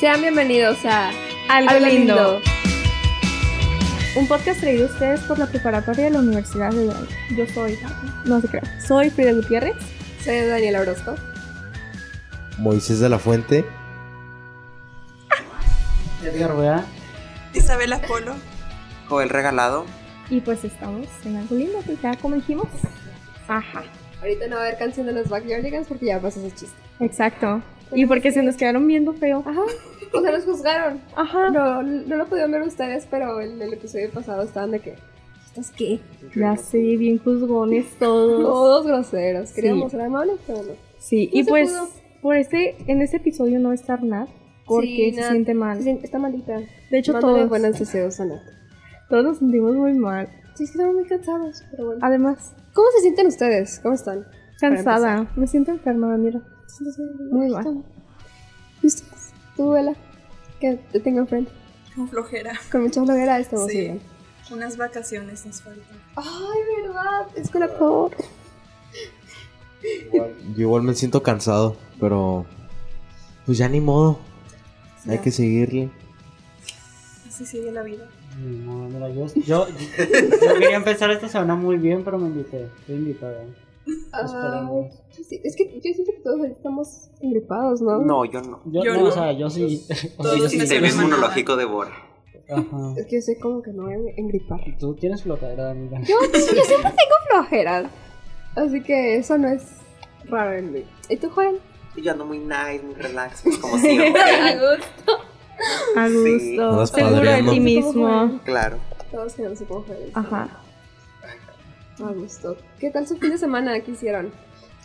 Sean bienvenidos a Algo, lindo. Un podcast traído a ustedes por la preparatoria de la Universidad de Durango. Yo soy No se crean. Soy Frida Gutiérrez. soy Daniela Orozco. Moisés de la Fuente. Edgar, ¿verdad? Isabel Apolo. Joel regalado. Y pues estamos en Algo Lindo, pues ya como dijimos. Ajá. Ahorita no va a haber canción de los Backyardigans porque ya pasó ese chiste. Exacto. Y porque se nos quedaron viendo feo. Ajá. O sea, los juzgaron. Ajá. No, no lo pudieron ver ustedes, pero en el episodio pasado estaban de que. ¿Estás qué? Ya sé, bien juzgones todos. Todos groseros. Queríamos Sí. ser amables, pero no. Sí, No y se pues pudo. por este, en este episodio no está Nat porque Sí, se Nat. siente mal. Sí, Está malita. Ah. De hecho, Mándale todos, buenas deseos a Nat. todos nos sentimos muy mal. Sí, es que estamos muy cansados, pero Ah. bueno. Además, ¿Cómo se sienten ustedes? ¿Cómo están? cansada. Me siento enferma, mira. Muy Muy mal. mal. Tú, Vela, que te tengo enfrente. Con flojera. Con mucha flojera estamos Sí. bien. Unas vacaciones nos faltan. Ay, verdad, es con la peor. Yo igual me siento cansado, pero pues ya ni modo. Hay que seguirle. Así sigue la vida. No, mira, yo, yo, yo quería empezar esta semana muy bien, pero me invité. Estoy invitada. Esperemos. sí, es que yo siento que todos ahorita estamos engripados, ¿no? No, yo no. Yo, Yo no, no. o sea, yo sí. o sea, Todos yo me sí se Sistema ven tengo- inmunológico de Bora. Ajá. Es que yo soy como que no voy a engripar. Tú tienes flotadera, amiga. Yo, yo siempre tengo flojera. Así que eso no es raro en mí. ¿Y tú, Juan? Y Yo ando muy nice, muy relax, pues, como siempre. A Sí. gusto. Andas Seguro de padreando. ti mismo. Juan. claro. Todos queremos ser como Juan. Ajá. A gusto. Ah, ¿Qué tal su fin de semana? ¿Qué hicieron?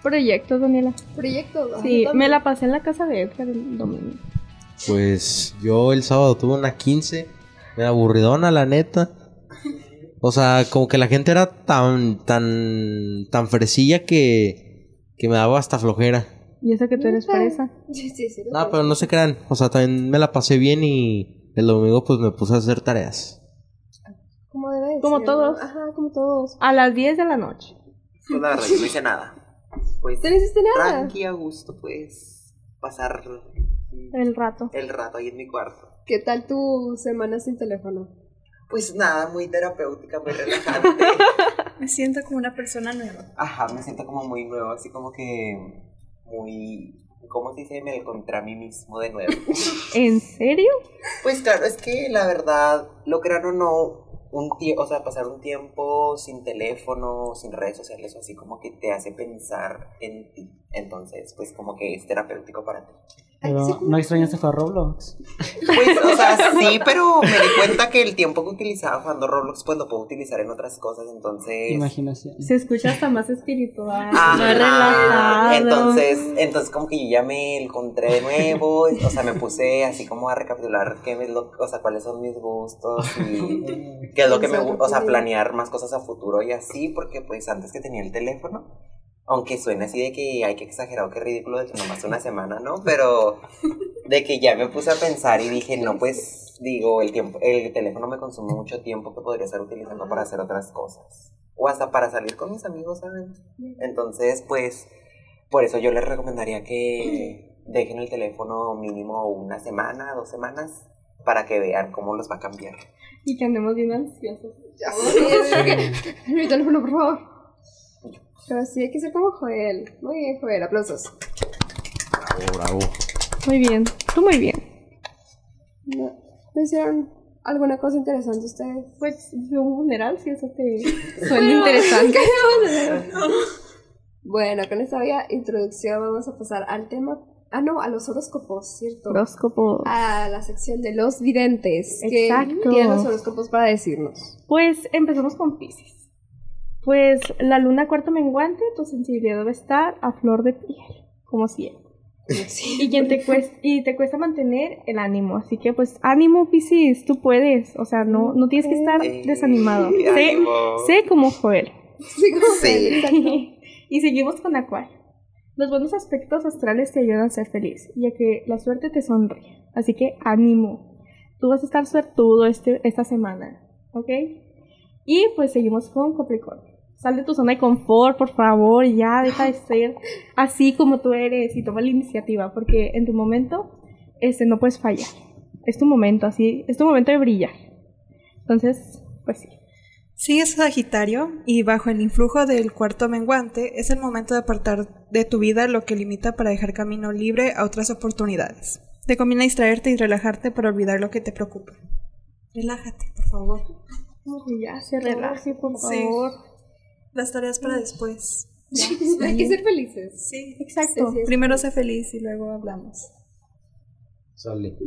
Proyectos, Daniela. ¿Proyectos? Sí, Ay, me la pasé en la casa de Edgar el domingo. Pues yo el sábado tuve una 15. Me aburridona, la neta. O sea, como que la gente era tan, tan, tan fresilla que, que me daba hasta flojera. Y eso que tú eres Neta. fresa. Sí, sí, sí. No, Ah, pero no se crean. O sea, también me la pasé bien y el domingo pues me puse a hacer tareas. Como debe de Como ser, todos. ¿no? Ajá, como todos. A las 10 de la noche. Pues la verdad, yo no hice nada. Pues ¿Usted no hiciste nada? tranqui a gusto, pues pasar El rato. el rato ahí en mi cuarto. ¿Qué tal tu semana sin teléfono? Pues nada, muy terapéutica, muy relajante. Me siento como una persona nueva. Ajá, me siento como muy nuevo, así como que muy... ¿Cómo se dice? Me encontré a mí mismo de nuevo. ¿En serio? Pues claro, es que la verdad, lo crean o no, un tie- o sea, pasar un tiempo sin teléfono, sin redes sociales o así, como que te hace pensar en ti. Entonces, pues como que es terapéutico para ti. Ay, sí, Pero, como- ¿No extrañaste a Roblox? Pues, o sea, sí, pero me di cuenta que el tiempo que utilizaba jugando Roblox, pues lo puedo utilizar en otras cosas, entonces... Imaginación. Se escucha hasta más espiritual. Ajá. más relajado. Ah, Entonces, entonces como que yo ya me encontré de nuevo, o sea, me puse así como a recapitular qué es lo, o sea, cuáles son mis gustos y qué es lo que me gusta, o sea, planear más cosas a futuro y así, porque pues antes que tenía el teléfono, aunque suene así de que hay que exagerado, qué ridículo de que nomás una semana, ¿no? Pero de que ya me puse a pensar y dije, no, pues digo, el tiempo, el teléfono me consume mucho tiempo que podría estar utilizando para hacer otras cosas. O hasta para salir con mis amigos, ¿saben? Entonces, pues, por eso yo les recomendaría que dejen el teléfono mínimo una semana, dos semanas, para que vean cómo los va a cambiar. Y que andemos bien ansiosos. Ya, sí, sí, sí. Mi teléfono, por favor. Pero sí, hay que ser como Joel. Muy bien, Joel, aplausos. Bravo, bravo. Muy bien. Tú muy bien. ¿No, no hicieron alguna cosa interesante ustedes? Pues de un funeral, si eso te suena interesante. Bueno, con esta bella introducción vamos a pasar al tema. Ah, no, a los horóscopos, ¿cierto? Horóscopo. A la sección de los videntes. que Exacto. tienen los horóscopos para decirnos? Pues empezamos con Pisces. Pues la luna cuarto menguante, tu sensibilidad debe estar a flor de piel, como siempre. Y, quien te cuesta, y te cuesta mantener el ánimo. Así que pues ánimo, Pisces, tú puedes. O sea, no, no tienes que estar Eh, desanimado. Sé, ánimo. sé como Joel. Sí, como Sí. Joel, exacto. y seguimos con Acuario. Los buenos aspectos astrales te ayudan a ser feliz, ya que la suerte te sonríe. Así que ánimo. Tú vas a estar suertudo este, esta semana, ¿ok? Y pues seguimos con Capricornio. Sal de tu zona de confort, por favor, ya deja de ser así como tú eres y toma la iniciativa, porque en tu momento este, no puedes fallar. Es tu momento, así, es tu momento de brillar. Entonces, pues sí. Sigues Sagitario y bajo el influjo del cuarto menguante es el momento de apartar de tu vida lo que limita para dejar camino libre a otras oportunidades. Te conviene distraerte y relajarte para olvidar lo que te preocupa. Relájate, por favor. Uy, ya, se relaje, por Sí. favor. Las tareas para después. Hay que ser felices. Sí. Exacto. Sí, sí. Primero sé feliz y luego hablamos. Sale.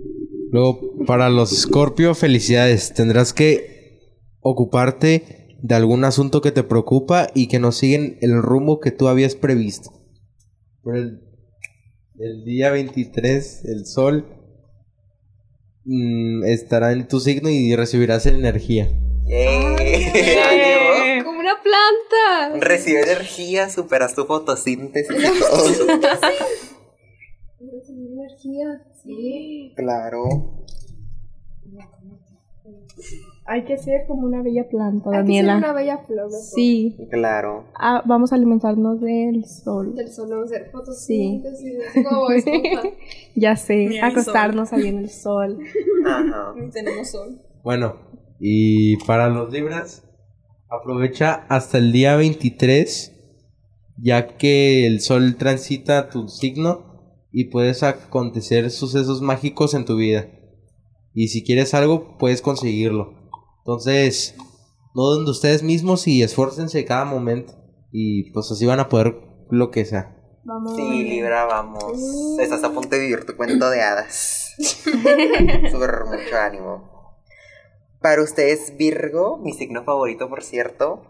Luego, para los Scorpio, felicidades. Tendrás que ocuparte de algún asunto que te preocupa y que no siguen el rumbo que tú habías previsto. Por el, el día 23, el sol mm, estará en tu signo y recibirás energía. Yay. Como una planta. Eh, Recibe energía, superas tu fotosíntesis y todo. Energía. Sí. Claro. Hay que ser como una bella planta, Hay que ser Daniela. una bella flor. mejor. Sí. Claro. Ah, vamos a alimentarnos del sol. Del sol vamos a hacer fotosíntesis. así Como esponja. ya sé, Mira el acostarnos ahí en el sol. Ajá. Tenemos sol. Bueno, y para los libras, aprovecha hasta el día 23, ya que el sol transita tu signo y puedes acontecer sucesos mágicos en tu vida. Y si quieres algo, puedes conseguirlo. Entonces, no duden de ustedes mismos y esfuércense cada momento. Y pues así van a poder lo que sea. Vamos. Sí, Libra, vamos. Estás a punto de vivir tu cuento de hadas. Súper mucho ánimo. Para ustedes, Virgo, mi signo favorito, por cierto.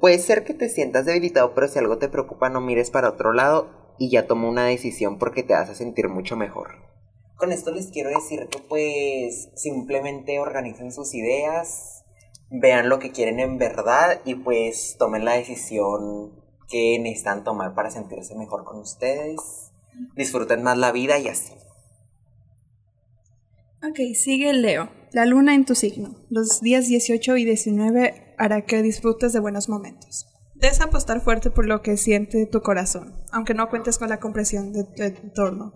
Puede ser que te sientas debilitado, pero si algo te preocupa, no mires para otro lado y ya toma una decisión porque te vas a sentir mucho mejor. Con esto les quiero decir que pues simplemente organicen sus ideas, vean lo que quieren en verdad y pues tomen la decisión que necesitan tomar para sentirse mejor con ustedes. Disfruten más la vida y así. Ok, sigue Leo. La luna en tu signo. Los días 18 y 19 hará que disfrutes de buenos momentos. Debes apostar fuerte por lo que siente tu corazón, aunque no cuentes con la comprensión de tu entorno.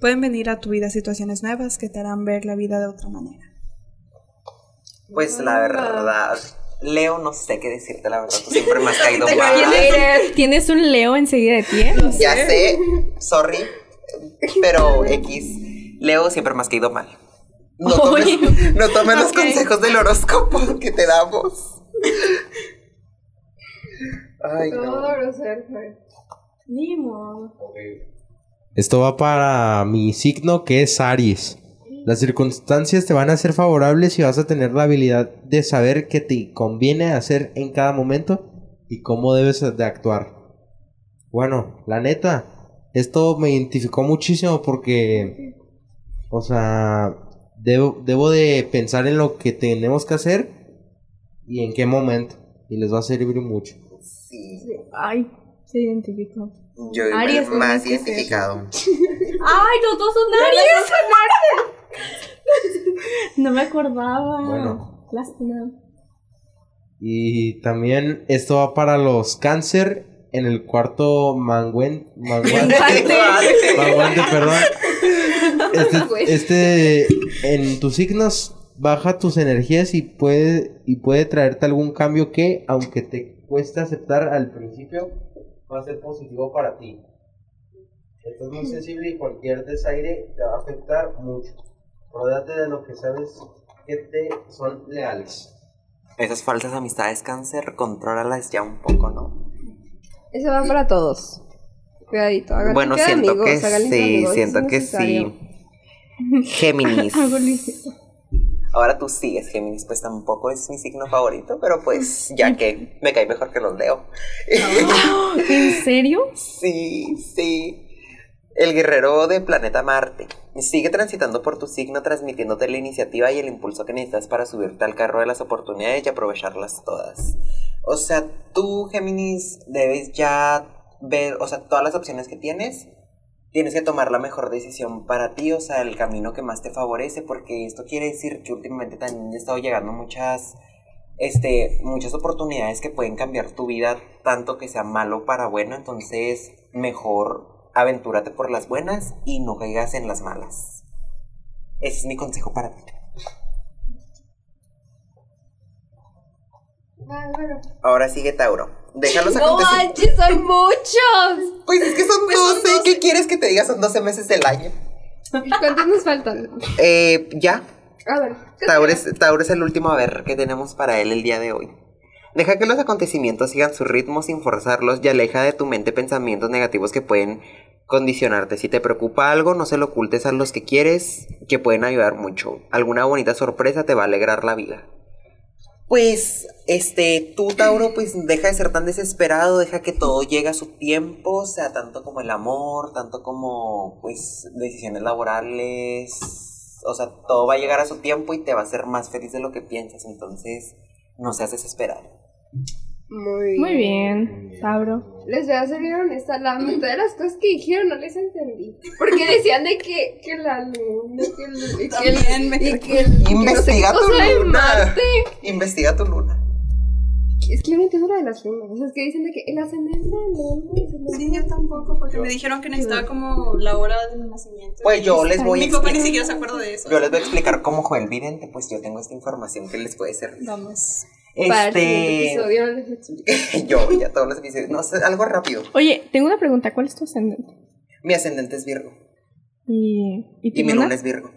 Pueden venir a tu vida situaciones nuevas que te harán ver la vida de otra manera. Pues Ah. la verdad, Leo, no sé qué decirte, la verdad, tú siempre me has caído mal. ¿Tienes, tienes un Leo enseguida de ti. ¿eh? Ya sé, sorry, pero X, Leo siempre me has caído mal. No tomes, no tomes los consejos del horóscopo que te damos. Ay, Todo no. grosero. güey. Ni modo. Esto va para mi signo que es Aries. Las circunstancias te van a ser favorables y vas a tener la habilidad de saber qué te conviene hacer en cada momento y cómo debes de actuar. Bueno, la neta, esto me identificó muchísimo porque, o sea, debo, debo de pensar en lo que tenemos que hacer y en qué momento. Y les va a servir mucho. Sí, Ay, se identificó. yo Aries, igual más ¿no? ¿Qué es eso? identificado. ¡Ay, los dos son Aries! no me acordaba. Bueno. Lástima. Y también esto va para los cáncer en el cuarto manguen, manguante, manguante, perdón. Este, este, en tus signos baja tus energías y puede y puede traerte algún cambio que aunque te cueste aceptar al principio va a ser positivo para ti. Estás muy sensible y cualquier desaire te va a afectar mucho. Rodate de lo que sabes que te son leales. Esas falsas amistades cáncer, contrólalas ya un poco, ¿no? Eso va para todos. Cuidadito. háganle Bueno, queda siento amigos, que háganle queda sí, amigos, es siento que necesario. sí. Géminis. Algo le hice. Ahora tú sigues, Géminis, pues tampoco es mi signo favorito, pero pues ya que me cae mejor que los leo. ¿En serio? Sí, sí. El guerrero de planeta Marte. Sigue transitando por tu signo, transmitiéndote la iniciativa y el impulso que necesitas para subirte al carro de las oportunidades y aprovecharlas todas. O sea, tú, Géminis, debes ya ver, o sea, todas las opciones que tienes. Tienes que tomar la mejor decisión para ti, o sea, el camino que más te favorece, porque esto quiere decir que últimamente también han estado llegando muchas este, muchas oportunidades que pueden cambiar tu vida, tanto que sea malo para bueno, entonces mejor aventúrate por las buenas y no caigas en las malas. Ese es mi consejo para ti. Ahora sigue Tauro. Déjalos No acontecer. manches, son muchos. pues es que son 12. son ¿Qué quieres que te diga? Son 12 meses del año. ¿Cuántos nos faltan? Eh, ya. A ver. Tauro es, Tauro es el último a ver que tenemos para él el día de hoy. Deja que los acontecimientos sigan su ritmo sin forzarlos y aleja de tu mente pensamientos negativos que pueden condicionarte. Si te preocupa algo, no se lo ocultes a los que quieres, que pueden ayudar mucho. Alguna bonita sorpresa te va a alegrar la vida. Pues, este, tú, Tauro, pues deja de ser tan desesperado, deja que todo llegue a su tiempo, o sea, tanto como el amor, tanto como, pues, decisiones laborales, o sea, todo va a llegar a su tiempo y te va a hacer más feliz de lo que piensas, entonces, no seas desesperado. Muy Muy bien, Tauro. Les voy a ser bien honesta, la mitad de las cosas que dijeron no les entendí. Porque decían de que, que la luna, que el... y que el- También me- y que el- que no sé qué Investiga tu cosa de luna. Marte. Investiga tu luna. Es que yo no entiendo lo de las lunas. O sea, es que dicen de que el ascendente, no, el ascendente. Sí, yo tampoco, porque me dijeron que necesitaba como la hora de mi nacimiento. Pues yo les voy a Mi papá ni explicar, siquiera se acuerda de eso. yo les voy a explicar cómo Joel Vidente, pues yo tengo esta información que les puede servir. Vamos. Para el siguiente Este, episodio, no les explico. yo ya todos los episodios, no sé, algo rápido. Oye, tengo una pregunta. ¿Cuál es tu ascendente? Mi ascendente es Virgo. ¿Y, y tu Y mi luna? luna es Virgo.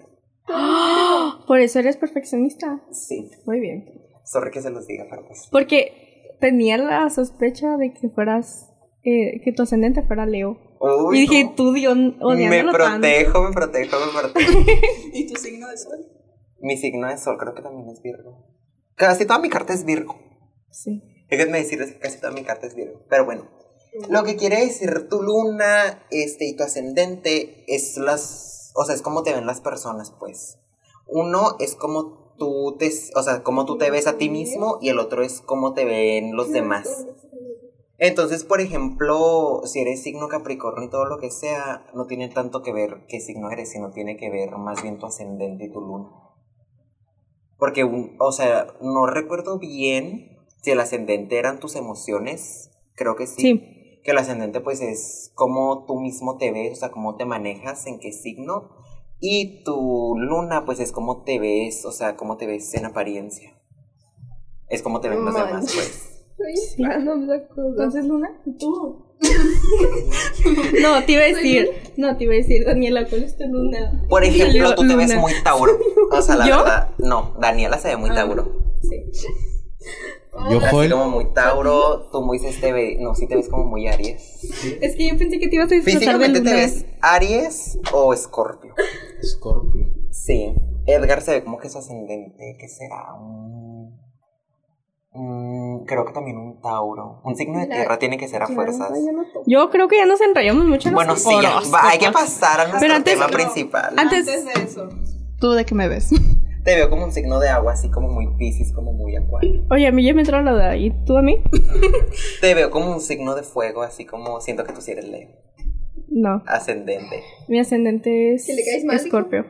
¡Ah! Por eso eres perfeccionista. Sí. Muy bien. Sorry que se los diga, pero pues. Porque tenía la sospecha de que fueras. eh, que tu ascendente fuera Leo. Uy, y dije, no. tú, Dion, me odiándolo tanto. protejo, me protejo, me protejo. ¿Y tu signo de sol? mi signo de sol creo que también es Virgo. Casi toda mi carta es Virgo. Sí. Déjenme decirles que casi toda mi carta es Virgo. Pero bueno, lo que quiere decir tu luna este, y tu ascendente es las. O sea, es como te ven las personas, pues. Uno es como tú te, o sea, cómo tú te ves a ti mismo y el otro es cómo te ven los demás. Entonces, por ejemplo, si eres signo Capricornio y todo lo que sea, no tiene tanto que ver qué signo eres, sino tiene que ver más bien tu ascendente y tu luna. Porque, un- o sea, no recuerdo bien si el ascendente eran tus emociones, creo que sí. Sí. Que el ascendente pues es cómo tú mismo te ves, o sea, cómo te manejas, en qué signo. Y tu luna pues es cómo te ves, o sea, cómo te ves en apariencia. Es como te ven los demás, Manches. pues. Estoy pensando en cosas. Entonces, Luna, ¿y tú? no, te iba a decir. No, te iba a decir, Daniela, ¿cuál es tu luna? Por ejemplo, Salió tú te ves Luna. muy Tauro. O sea, la ¿Yo? verdad, no, Daniela se ve muy Ah. Tauro. Yo, Así Joel, como muy Tauro, tú muy este ve- no, sí te ves como muy Aries. Es que yo pensé que te ibas a disfrazar de Físicamente Luna. te ves Aries o Escorpio. Scorpio. Sí, Edgar se ve como que es ascendente, que será un un- creo que también un Tauro. Un signo de La- tierra tiene que ser a Claro, fuerzas. yo no toco. Yo creo que ya nos enrayamos mucho en los Bueno, sí, horóscopos. va, hay que pasar a nuestro Pero antes- tema no. principal. Antes- de eso. ¿Tú de qué me ves? Te veo como un signo de agua, así como muy piscis, como muy acuario. Oye, a mí ya me entró la duda. ¿Y tú a mí? Te veo como un signo de fuego, así como siento que tú sí eres Leo. No. ascendente. Mi ascendente es ¿Que le caes mal, Escorpio.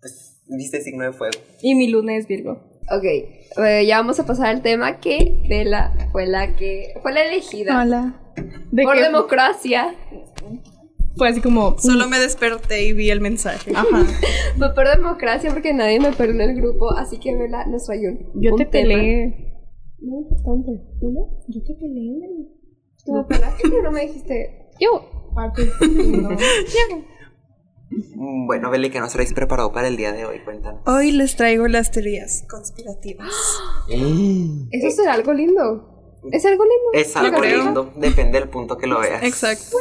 Pues, ¿Viste signo de fuego? Y mi luna es Virgo. Ok, eh, ya vamos a pasar al tema que Vela fue la que fue la Ah, elegida Hola. ¿De por qué? democracia, Fue así como... Solo me desperté y vi el mensaje. Ajá. fue por democracia porque nadie me perdió en el grupo, así que Vela nos falló. un- Yo un te tema. peleé. Muy importante. ¿No? Yo te peleé. Tú me pelaste, pero no me dijiste yo. Mm, Bueno, Beli, ¿qué nos traes preparado para el día de hoy? Cuéntanos. Hoy les traigo las teorías conspirativas. Eso será algo lindo. Es algo lindo. Es algo creo. lindo, depende del punto que lo veas. Exacto.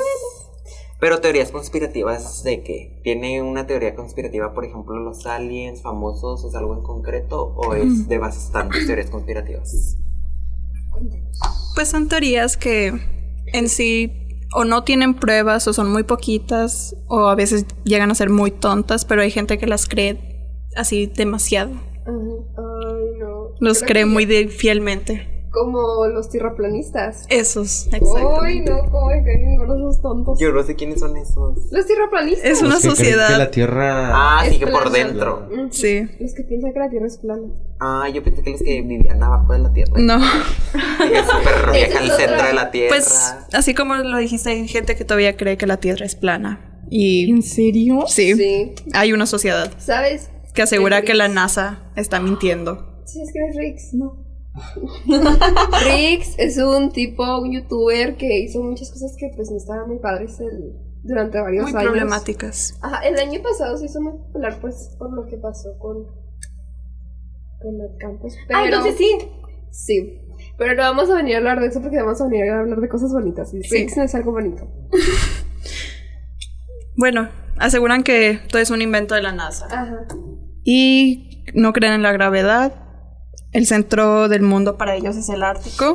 Pero teorías conspirativas de qué? ¿Tiene una teoría conspirativa, por ejemplo, los aliens famosos? ¿Es algo en concreto? ¿O es de bastantes teorías conspirativas? Pues son teorías que en sí o no tienen pruebas o son muy poquitas o a veces llegan a ser muy tontas, pero hay gente que las cree así demasiado. Ay, no. Los Creo cree que muy de- fielmente. Como los tierraplanistas. Esos, Ay, exactamente. no, cómo me caen mis brazos tontos. Yo no sé quiénes son esos. Los tierraplanistas. Es una Los que creen Que sociedad. la tierra. Ah, Es sí, que por plana. dentro. Ujú. Sí. Los que piensan que la tierra es plana. Ah, yo pensé que los que vivían abajo de Pues la tierra. No, Que es súper vieja Esa el es otra. centro de la tierra. pues así como lo dijiste, hay gente que todavía cree que la Tierra es plana. Y ¿En serio? sí, Sí. hay una sociedad ¿Sabes? que asegura Qué que la triste. NASA está mintiendo. Sí, es que es Rix, no. Rix es un tipo, un youtuber que hizo muchas cosas que pues no estaban muy padres el- durante varios Muy años. problemáticas. Ajá, el año pasado se hizo muy popular pues por lo que pasó con, con el campus. Pero, Ah, entonces sí. Sí. Pero no vamos a venir a hablar de eso porque vamos a venir a hablar de cosas bonitas. Y Sí. Rix no es algo bonito. Bueno, aseguran que todo es un invento de la NASA. Ajá. Y no creen en la gravedad. El centro del mundo para ellos es el Ártico.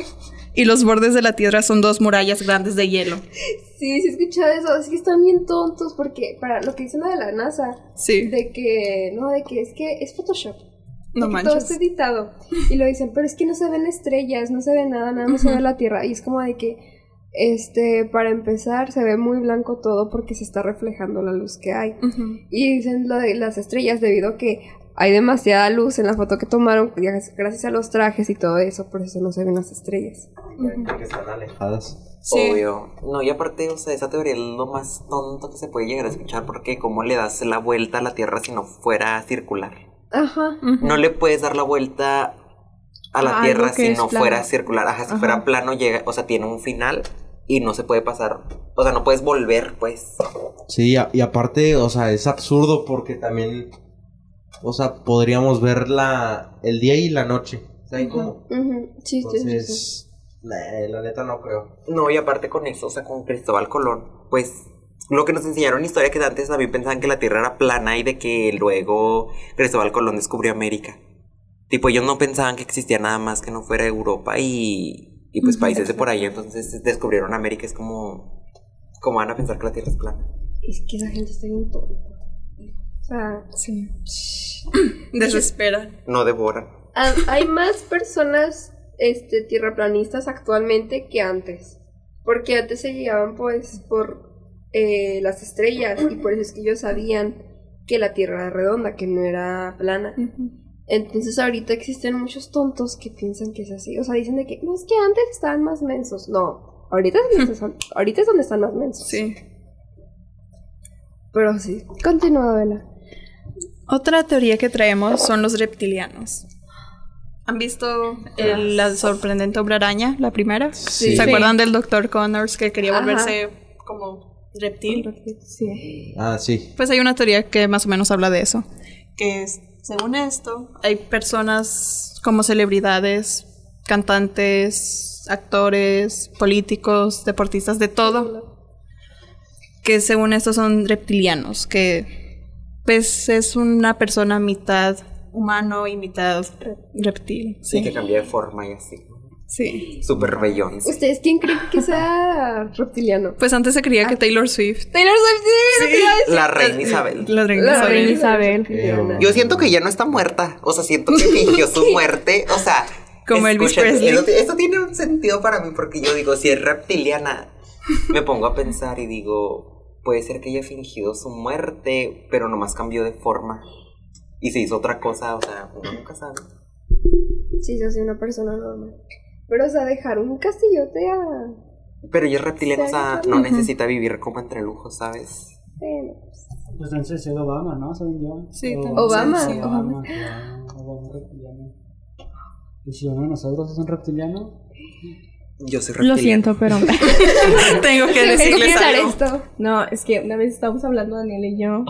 Y los bordes de la Tierra son dos murallas grandes de hielo. Sí, sí he escuchado eso. Es que están bien tontos porque para lo que dicen lo de la NASA, Sí, de que, no, de que es que es Photoshop. de no que todo está manches. editado. Y lo dicen, pero es que no se ven estrellas, no se ve nada, nada más se ve la Tierra. Y es como de que, este, para empezar, se ve muy blanco todo porque se está reflejando la luz que hay. Ujú. Y dicen lo de las estrellas debido a que hay demasiada luz en la foto que tomaron gracias gracias a los trajes y todo eso, por eso no se ven las estrellas. Porque están alejados. Jadas. Sí. Obvio. No, y aparte, o sea, esa teoría es lo más tonto que se puede llegar a escuchar porque cómo le das la vuelta a la Tierra si no fuera circular. Ajá. Ujú. No le puedes dar la vuelta a la A Tierra algo que si es no plano. fuera circular. Ajá, si Ajá. fuera plano llega, o sea, tiene un final y no se puede pasar. O sea, no puedes volver, pues. Sí, a- y aparte, o sea, es absurdo porque también, o sea, podríamos ver la, el día y la noche. ¿Saben cómo? Ujú. Sí, sí, sí, sí. Entonces, nah, la neta no creo. No, y aparte con eso, o sea, con Cristóbal Colón, pues lo que nos enseñaron en historia que antes también pensaban que la Tierra era plana y de que luego Cristóbal Colón descubrió América. Tipo, ellos no pensaban que existía nada más que no fuera Europa y, y pues países de por ahí, entonces descubrieron América, es como, como van a pensar que la Tierra es plana. Es que esa gente está bien tonta. O sea, Sí. Desespera. No devoran. Ah, hay más personas este, tierraplanistas actualmente que antes. Porque antes se guiaban pues por eh, las estrellas y por eso es que ellos sabían que la Tierra era redonda, que no era plana. Entonces ahorita existen muchos tontos que piensan que es así. O sea, dicen de que no es que antes estaban más mensos. No, ahorita es, donde son- ahorita es donde están más mensos. Sí. Pero sí. Continúa, Vela. Otra teoría que traemos son los reptilianos. ¿Han visto el- la sorprendente obra araña, la primera? Sí. ¿Se Sí. acuerdan del Dr. Connors que quería Ajá. volverse como reptil? Sí. Ah, sí. Pues hay una teoría que más o menos habla de eso. Que es, según esto, hay personas como celebridades, cantantes, actores, políticos, deportistas, de todo. Que según esto son reptilianos, que pues es una persona mitad humano y mitad reptil. Sí, que Sí. cambia de forma y así. sí. Súper bellón. ¿Ustedes quién creen que sea reptiliano? Pues antes se creía que Taylor Swift. Taylor Swift, sí, te iba a decir. La reina Isabel. La reina La Isabel. reina Isabel. Isabel. Yo siento que ya no está muerta. O sea, siento que fingió su muerte. O sea. Como Elvis escuchen, Presley. Esto, esto tiene un sentido para mí porque yo digo, si es reptiliana, me pongo a pensar y digo, puede ser que haya fingido su muerte, pero nomás cambió de forma. Y se hizo otra cosa, o sea, uno nunca sabe. Sí, yo soy una persona normal. Pero, o sea, dejar un castillote a. Pero ella es reptiliana, o sea, no Ujú. necesita vivir como entre lujos, ¿sabes? Bueno, pues, Pues entonces es Obama, ¿no? Según yo. Sí, O- también. Obama. Sí, Obama. Obama, Obama reptiliano. Y si uno de nosotros es un reptiliano, Yo soy reptiliana. Lo siento, pero. Tengo que decirles explicar algo. esto. No, es que una vez estábamos hablando Daniel y yo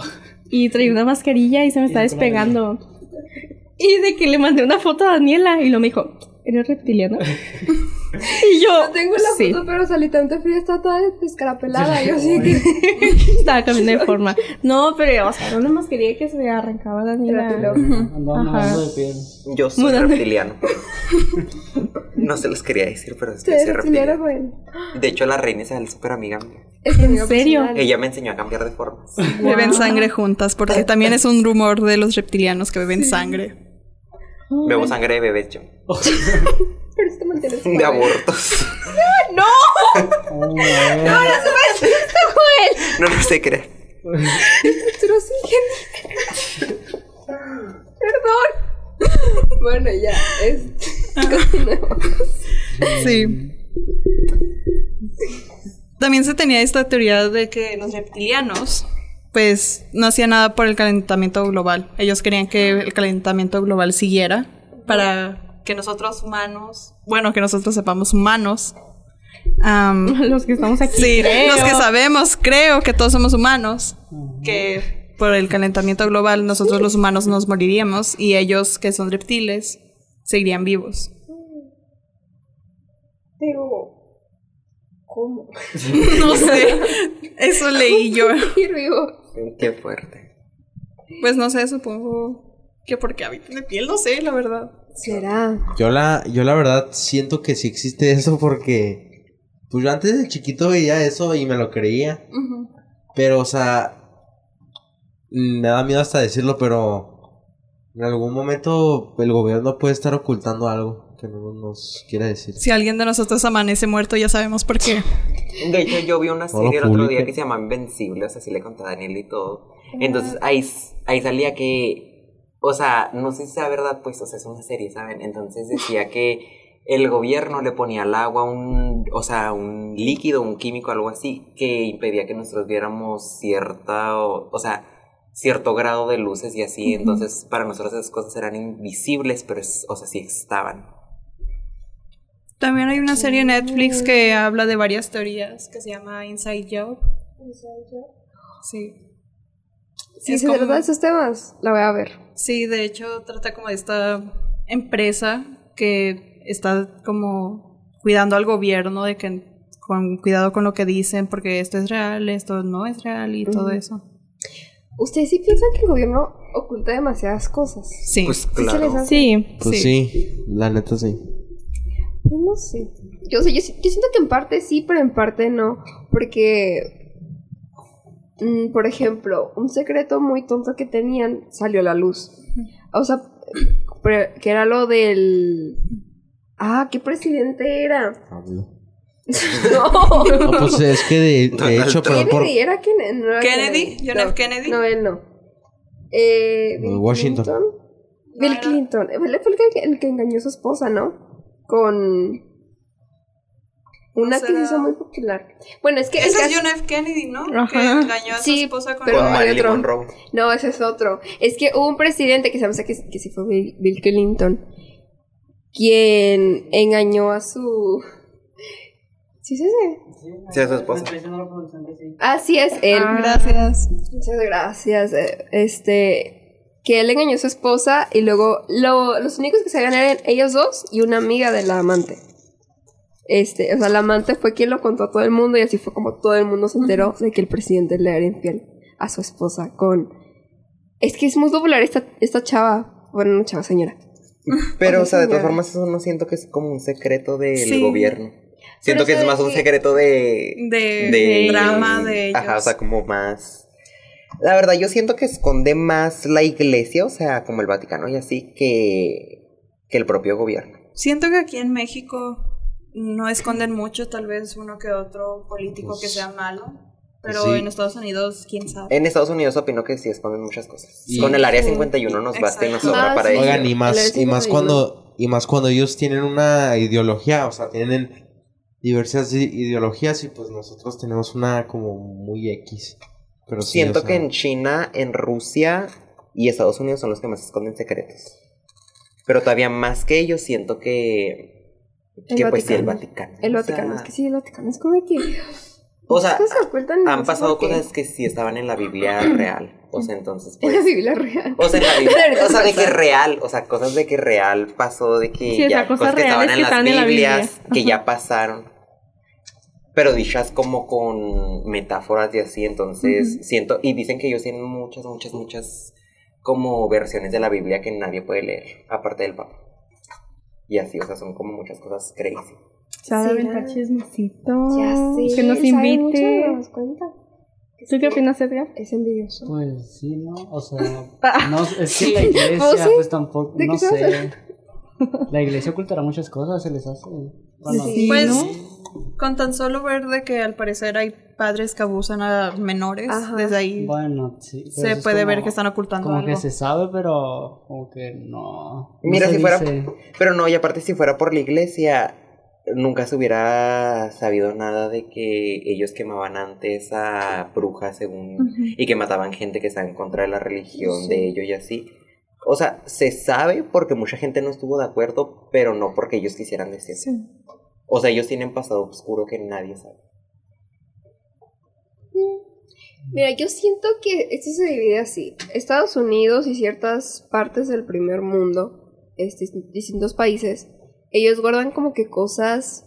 y traía una mascarilla y se me Y está no te la despegando. Y de que le mandé una foto a Daniela y lo me dijo, ¿eres reptiliano? y yo, No tengo la sí, foto, pero salí tan fría, está toda descarapelada. Yo sí que. estaba cambiando de forma. No, pero, o sea, era una mascarilla que se arrancaba Daniela. Reptilómano. andamos Ajá. hablando de piel. Yo soy Mudando. reptiliano. No se los quería decir, pero es que Ustedes soy reptiliano, reptiliano. bueno. De hecho, la reina Isabel es súper amiga mía. Es mi amiga serio? personal. Ella me enseñó a cambiar de formas. Beben sangre juntas, porque también es un rumor de los reptilianos que beben sangre. Bebo sangre de bebés yo. Pero es que mantienes. De abortos. Oh, no, No, no sé creer. Pero sí, gente. Perdón. Bueno, ya. Es... continuemos. Sí. También se tenía esta teoría de que los reptilianos, pues, no hacían nada por el calentamiento global. Ellos querían que el calentamiento global siguiera para que nosotros humanos, bueno, que nosotros sepamos humanos. am, Los que estamos aquí. sí, creo. los que sabemos, creo que todos somos humanos, que por el calentamiento global nosotros los humanos nos moriríamos y ellos que son reptiles seguirían vivos. Pero, ¿cómo? No sé, eso leí yo. Y luego, Qué fuerte. Pues no sé, supongo que porque habitan de piel, no sé, la verdad. ¿será? Yo la, yo la verdad siento que sí existe eso porque pues yo antes de chiquito veía eso y me lo creía. Pero, o sea, mm, me da miedo hasta decirlo, pero en algún momento el gobierno puede estar ocultando algo que no nos quiere decir. Si alguien de nosotros amanece muerto, ya sabemos por qué. De hecho, yo vi una No lo serie el otro día publique. que se llama Invencibles, así le conté a Daniel y todo. Entonces ahí, s- ahí salía que, o sea, no sé si sea verdad, pues, o sea, es una serie, ¿saben? Entonces decía que el gobierno le ponía al agua un, o sea, un líquido, un químico, algo así, que impedía que nosotros viéramos cierta, o, o sea, cierto grado de luces y así. Entonces, para nosotros esas cosas eran invisibles, pero, es- o sea, sí estaban. También hay una serie en Netflix que habla de varias teorías que se llama Inside Job. Sí. Si Es se como- trata de esos temas, la voy a ver. Sí, de hecho trata como de esta empresa que está como cuidando al gobierno de que con cuidado con lo que dicen porque esto es real, esto no es real y todo Ujú. eso. ¿Ustedes sí piensan que el gobierno oculta demasiadas cosas? Sí. Pues ¿Sí se claro. les hace? Sí. Pues sí, la neta sí. Pues No sé. Yo, sé, yo, si- yo siento que en parte sí, pero en parte no. Porque, mm, por ejemplo, un secreto muy tonto que tenían salió a la luz. O sea, pre- que era lo del... Ah, ¿qué presidente era? no. No, pues es que de, de hecho, pero por Kennedy, ¿era Kennedy? No era Kennedy, John F. No, Kennedy. No, él no. Eh, Bill Washington. Clinton. Bill era- Clinton. Eh, Él fue el que, el que engañó a su esposa, ¿no? Con una que se hizo será? muy popular. Bueno, es que el Ese es caso- John F. Kennedy, ¿no? Que Ajá. engañó a su Sí, esposa con pero- Con hay Marilyn otro. Monroe. No, ese es otro. Es que hubo un presidente que se llama que, que sí fue Bill, Bill Clinton, quien engañó a su... ¿Sí es ese? Sí, a su esposa. Así es, él. Ah. Gracias. Muchas gracias. eh, Este, que él engañó a su esposa y luego lo- los únicos que sabían eran ellos dos y una amiga de la amante. Este, o sea, la amante fue quien lo contó a todo el mundo y así fue como todo el mundo se enteró de que el presidente le era infiel a su esposa con... Es que es muy popular esta, esta chava. Bueno, no chava, señora. Pero, o sea, de todas señora. formas, eso no siento que es como un secreto del Sí. gobierno. Siento que es ¿sabe más un qué? secreto de. De, drama de ellos. Ajá, o sea, como más. La verdad, yo siento que esconde más la iglesia, o sea, como el Vaticano y así, que, que el propio gobierno. Siento que aquí en México no esconden mucho, tal vez uno que otro político que Pues- sea malo. pues Pero sí. en Estados Unidos, quién sabe. En Estados Unidos opino que sí esconden muchas cosas. Y- Con el área 51 nos basta y nos Exacto. sobra Ah, para sí. ello. Oigan, y A la más, vez y más sí, cuando, y más cuando ellos tienen una ideología, o sea, tienen diversas i- ideologías y pues nosotros tenemos una como muy X. Pero sí, Siento o sea, que en China, en Rusia y Estados Unidos son los que más esconden secretos. Pero todavía más que ellos, siento que. El que pues sí, el Vaticano. Vaticano. El o Vaticano, sea, es que sí, el Vaticano es como que... O sea, muchas cosas ocultan y no han sé pasado por qué. cosas que sí estaban en la Biblia real. O sea, entonces, En la pues. Biblia real. O sea, en la Biblia. Ahorita O sea, de que pasa. real. O sea, cosas de que real pasó, de que Sí, o sea, ya. cosas Cosas que estaban reales en que las estaban en la Biblia. Biblias, que ya pasaron. Pero dichas como con metáforas y así, entonces siento. Y dicen que ellos tienen muchas, muchas, muchas. Como versiones de la Biblia que nadie puede leer, aparte del Papa. Y así, o sea, son como muchas cosas crazy. Se va a Sí, aventar ya. chismecito. Ya sé, Que nos sabe mucho, invite. nos cuenta. ¿Tú qué opinas, Edgar? Es envidioso. Pues sí, ¿no? O sea, no, es que la iglesia, ¿Vos sí? pues tampoco, ¿De no qué se sé. La iglesia ocultará muchas cosas, se les hace. Bueno, Sí, Pues ¿no? con tan solo ver de que al parecer hay padres que abusan a menores, Ajá. desde ahí bueno, sí. pues se es puede como- ver que están ocultando Como algo. que se sabe, pero como que no. no Mira, se si fuera- dice. Pero no, y aparte si fuera por la iglesia, nunca se hubiera sabido nada de que ellos quemaban antes a brujas según y que mataban gente que estaba en contra de la religión de ellos y así. O sea, se sabe porque mucha gente no estuvo de acuerdo, pero no porque ellos quisieran decir. Sí. O sea, ellos tienen pasado oscuro que nadie sabe. Mm. Mira, yo siento que esto se divide así. Estados Unidos y ciertas partes del primer mundo, este, distintos países, ellos guardan como que cosas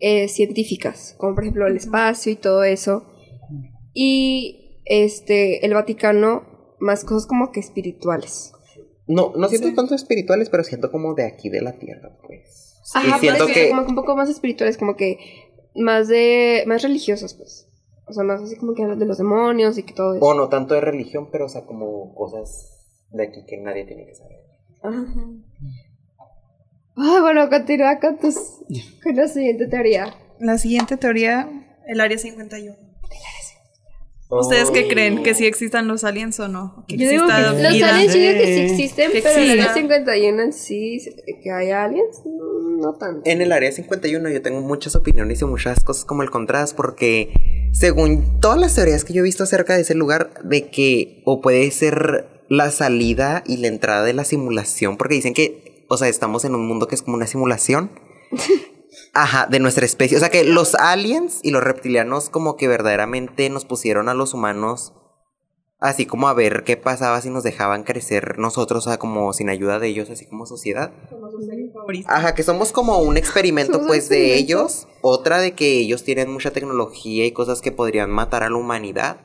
eh, científicas, como por ejemplo el espacio y todo eso. Y este, el Vaticano, más cosas como que espirituales. No, no siento tanto espirituales, pero siento como de aquí de la tierra, pues. Ajá, y siento pero que como que un poco más espirituales, como que más de más religiosas, pues. O sea, más así como que hablan de los demonios y que todo eso. o no tanto de religión, pero o sea, como cosas de aquí que nadie tiene que saber. Ajá. Ah, bueno, continúa con tus con la siguiente teoría. La siguiente teoría, el área 51. ¿Ustedes qué creen? ¿Que sí existan los aliens o no? ¿Que Yo digo exista que Los vida? aliens yo digo que sí eh, existen, que pero en el exista. área 51 en sí, que hay aliens, mm, no tanto. En el área 51 yo tengo muchas opiniones y muchas cosas como el contraste porque según todas las teorías que yo he visto acerca de ese lugar de que o puede ser la salida y la entrada de la simulación porque dicen que o sea estamos en un mundo que es como una simulación ajá de nuestra especie o sea que los aliens y los reptilianos como que verdaderamente nos pusieron a los humanos así como a ver qué pasaba si nos dejaban crecer nosotros o sea como sin ayuda de ellos así como sociedad Ajá, que somos como un experimento Somos un pues de experimento. ellos. Otra de que ellos tienen mucha tecnología y cosas que podrían matar a la humanidad,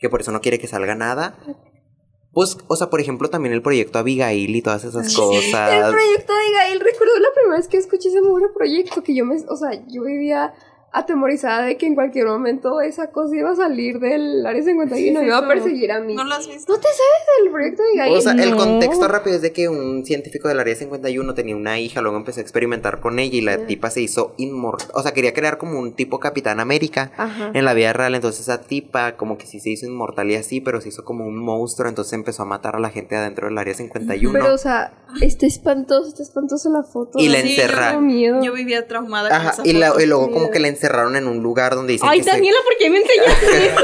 que por eso no quiere que salga nada. Pues, o sea, por ejemplo, también el proyecto Abigail y todas esas El cosas. proyecto de Gael, recuerdo la primera vez que escuché ese nombre proyecto, que yo me, o sea, yo vivía atemorizada de que en cualquier momento esa cosa iba a salir del área 51 y Sí, iba a eso. perseguir a mí. ¿No lo has visto? ¿No te sabes del proyecto de Gael? O sea, el No. contexto rápido es de que un científico del área 51 tenía una hija, luego empezó a experimentar con ella y la tipa se hizo inmortal. O sea, quería crear como un tipo Capitán América. Ajá. en la vida real. Entonces esa tipa como que sí se hizo inmortal y así, pero se hizo como un monstruo, entonces empezó a matar a la gente adentro del área 51. Pero, o sea, está espantoso, está espantoso la foto. Y la Sí, yo encerra. tengo miedo. Yo vivía traumada con Ajá, esa y, la- foto. y luego como que la encerraron en un lugar donde dicen Ay, que se- Daniela, ¿por qué me enseñaste eso?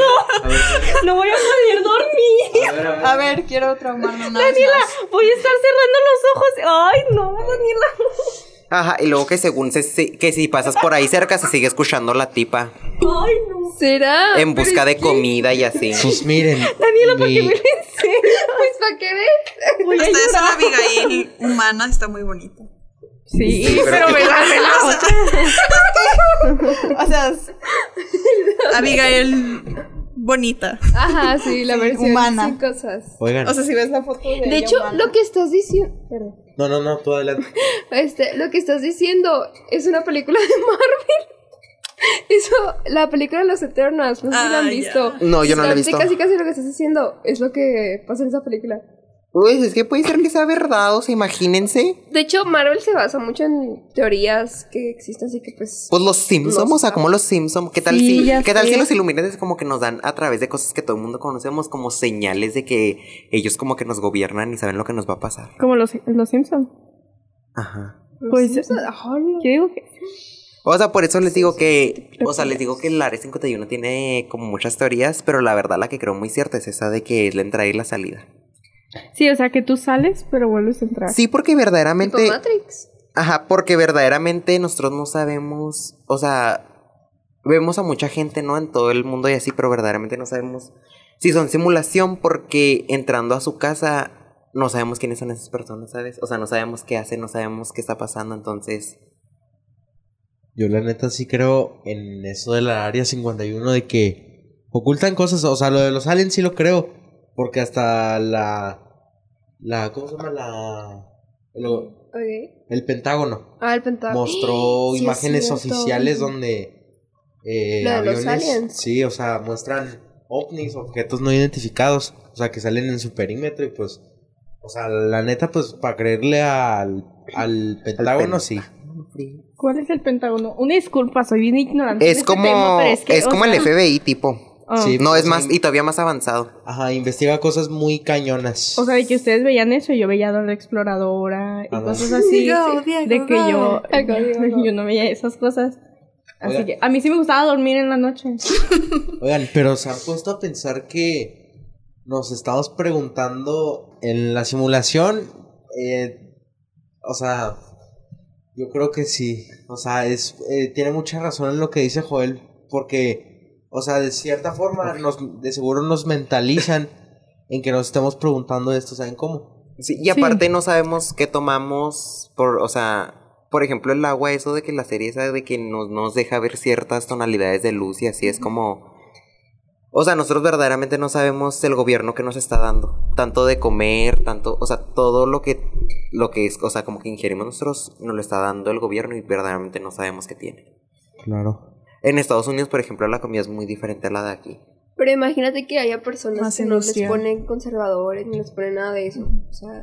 No voy a poder dormir. A ver, quiero traumarme una vez Daniela, más. voy a estar cerrando los ojos. Ay, no, Daniela. Ajá, y luego que según se- se- que si pasas por ahí cerca se sigue escuchando la tipa Ay, no. ¿Será? en busca de comida y así. Pues miren. Daniela, ¿por qué mi- me la enseñas? Pues, ¿para qué ves? Voy a Ustedes llorar. una Abigail humana está muy bonita. Sí, pero, ¿verdad? O sea, es- Abigail bonita. Ajá, sí, la versión humana. sin cosas. Oigan. O sea, si ves la foto de, De hecho, lo que estás diciendo, No, no, no, tú adelante. este, lo que estás diciendo es una película de Marvel. Eso, la película de los Eternos, no sé si la han Ah, ya. visto. No, yo no la he Casi, visto. Casi, casi lo que estás diciendo es lo que pasa en esa película. Uy, pues, es que puede ser que sea verdad, o sea, imagínense. De hecho, Marvel se basa mucho en teorías que existen, así que pues... Pues los Simpsons, Los- o sea, como los Simpsons, ¿qué tal Sí, si, ya qué tal si sé. los iluminantes como que nos dan a través de cosas que todo el mundo conocemos como señales de que ellos como que nos gobiernan y saben lo que nos va a pasar? Como los, los Simpsons. Ajá. Pues- Los eh, Simpsons, ay, Yo digo que. O sea, por eso les digo que, o sea, les digo que el área 51 tiene como muchas teorías, pero la verdad la que creo muy cierta es esa de que es la entrada y la salida. Sí, o sea, que tú sales, pero vuelves a entrar. Sí, porque tipo verdaderamente, Matrix. ajá, porque verdaderamente nosotros no sabemos, o sea, vemos a mucha gente, ¿no? En todo el mundo y así, pero verdaderamente no sabemos si son simulación porque entrando a su casa no sabemos quiénes son esas personas, ¿sabes? O sea, no sabemos qué hacen, no sabemos qué está pasando, entonces... Yo la neta sí creo en eso de la área 51 de que ocultan cosas, o sea, lo de los aliens sí lo creo, porque hasta la la ¿cómo se llama la el, Ok. el Pentágono Ah, el Pentágono. mostró Sí, es imágenes cierto. oficiales donde eh, Lo de los aviones, aliens. sí, o sea, muestran ovnis, objetos no identificados, o sea, que salen en su perímetro y pues o sea, la neta pues para creerle al al Pentágono sí. ¿Cuál es el Pentágono? Una disculpa, soy bien ignorante. de Es este tema, como, pero que, es o como el sea, FBI tipo. Oh. Sí. No, es más, y todavía más avanzado. Ajá, investiga cosas muy cañonas. O sea, de que ustedes veían eso, yo veía Dora la Exploradora y Ah, no. cosas así. Diego, Diego, de que yo, Diego, Diego. yo no veía esas cosas. Así Oiga. que a mí sí me gustaba dormir en la noche. Oigan, pero se han puesto a pensar que nos estamos preguntando en la simulación. eh, o sea, yo creo que sí. O sea, es, eh, tiene mucha razón en lo que dice Joel. Porque, o sea, de cierta forma, nos, de seguro nos mentalizan en que nos estemos preguntando esto. ¿Saben cómo? Sí, y aparte no sabemos qué tomamos por, o sea, por ejemplo, el agua, eso de que la serie esa de que nos, nos deja ver ciertas tonalidades de luz y así es como... O sea, nosotros verdaderamente no sabemos el gobierno que nos está dando. Tanto de comer, tanto, o sea, todo lo que, lo que es, o sea, como que ingerimos nosotros, nos lo está dando el gobierno y verdaderamente no sabemos qué tiene. Claro. En Estados Unidos, por ejemplo, la comida es muy diferente a la de aquí. Pero imagínate que haya personas Más que no les ilusión. ponen conservadores ni les ponen nada de eso. O sea,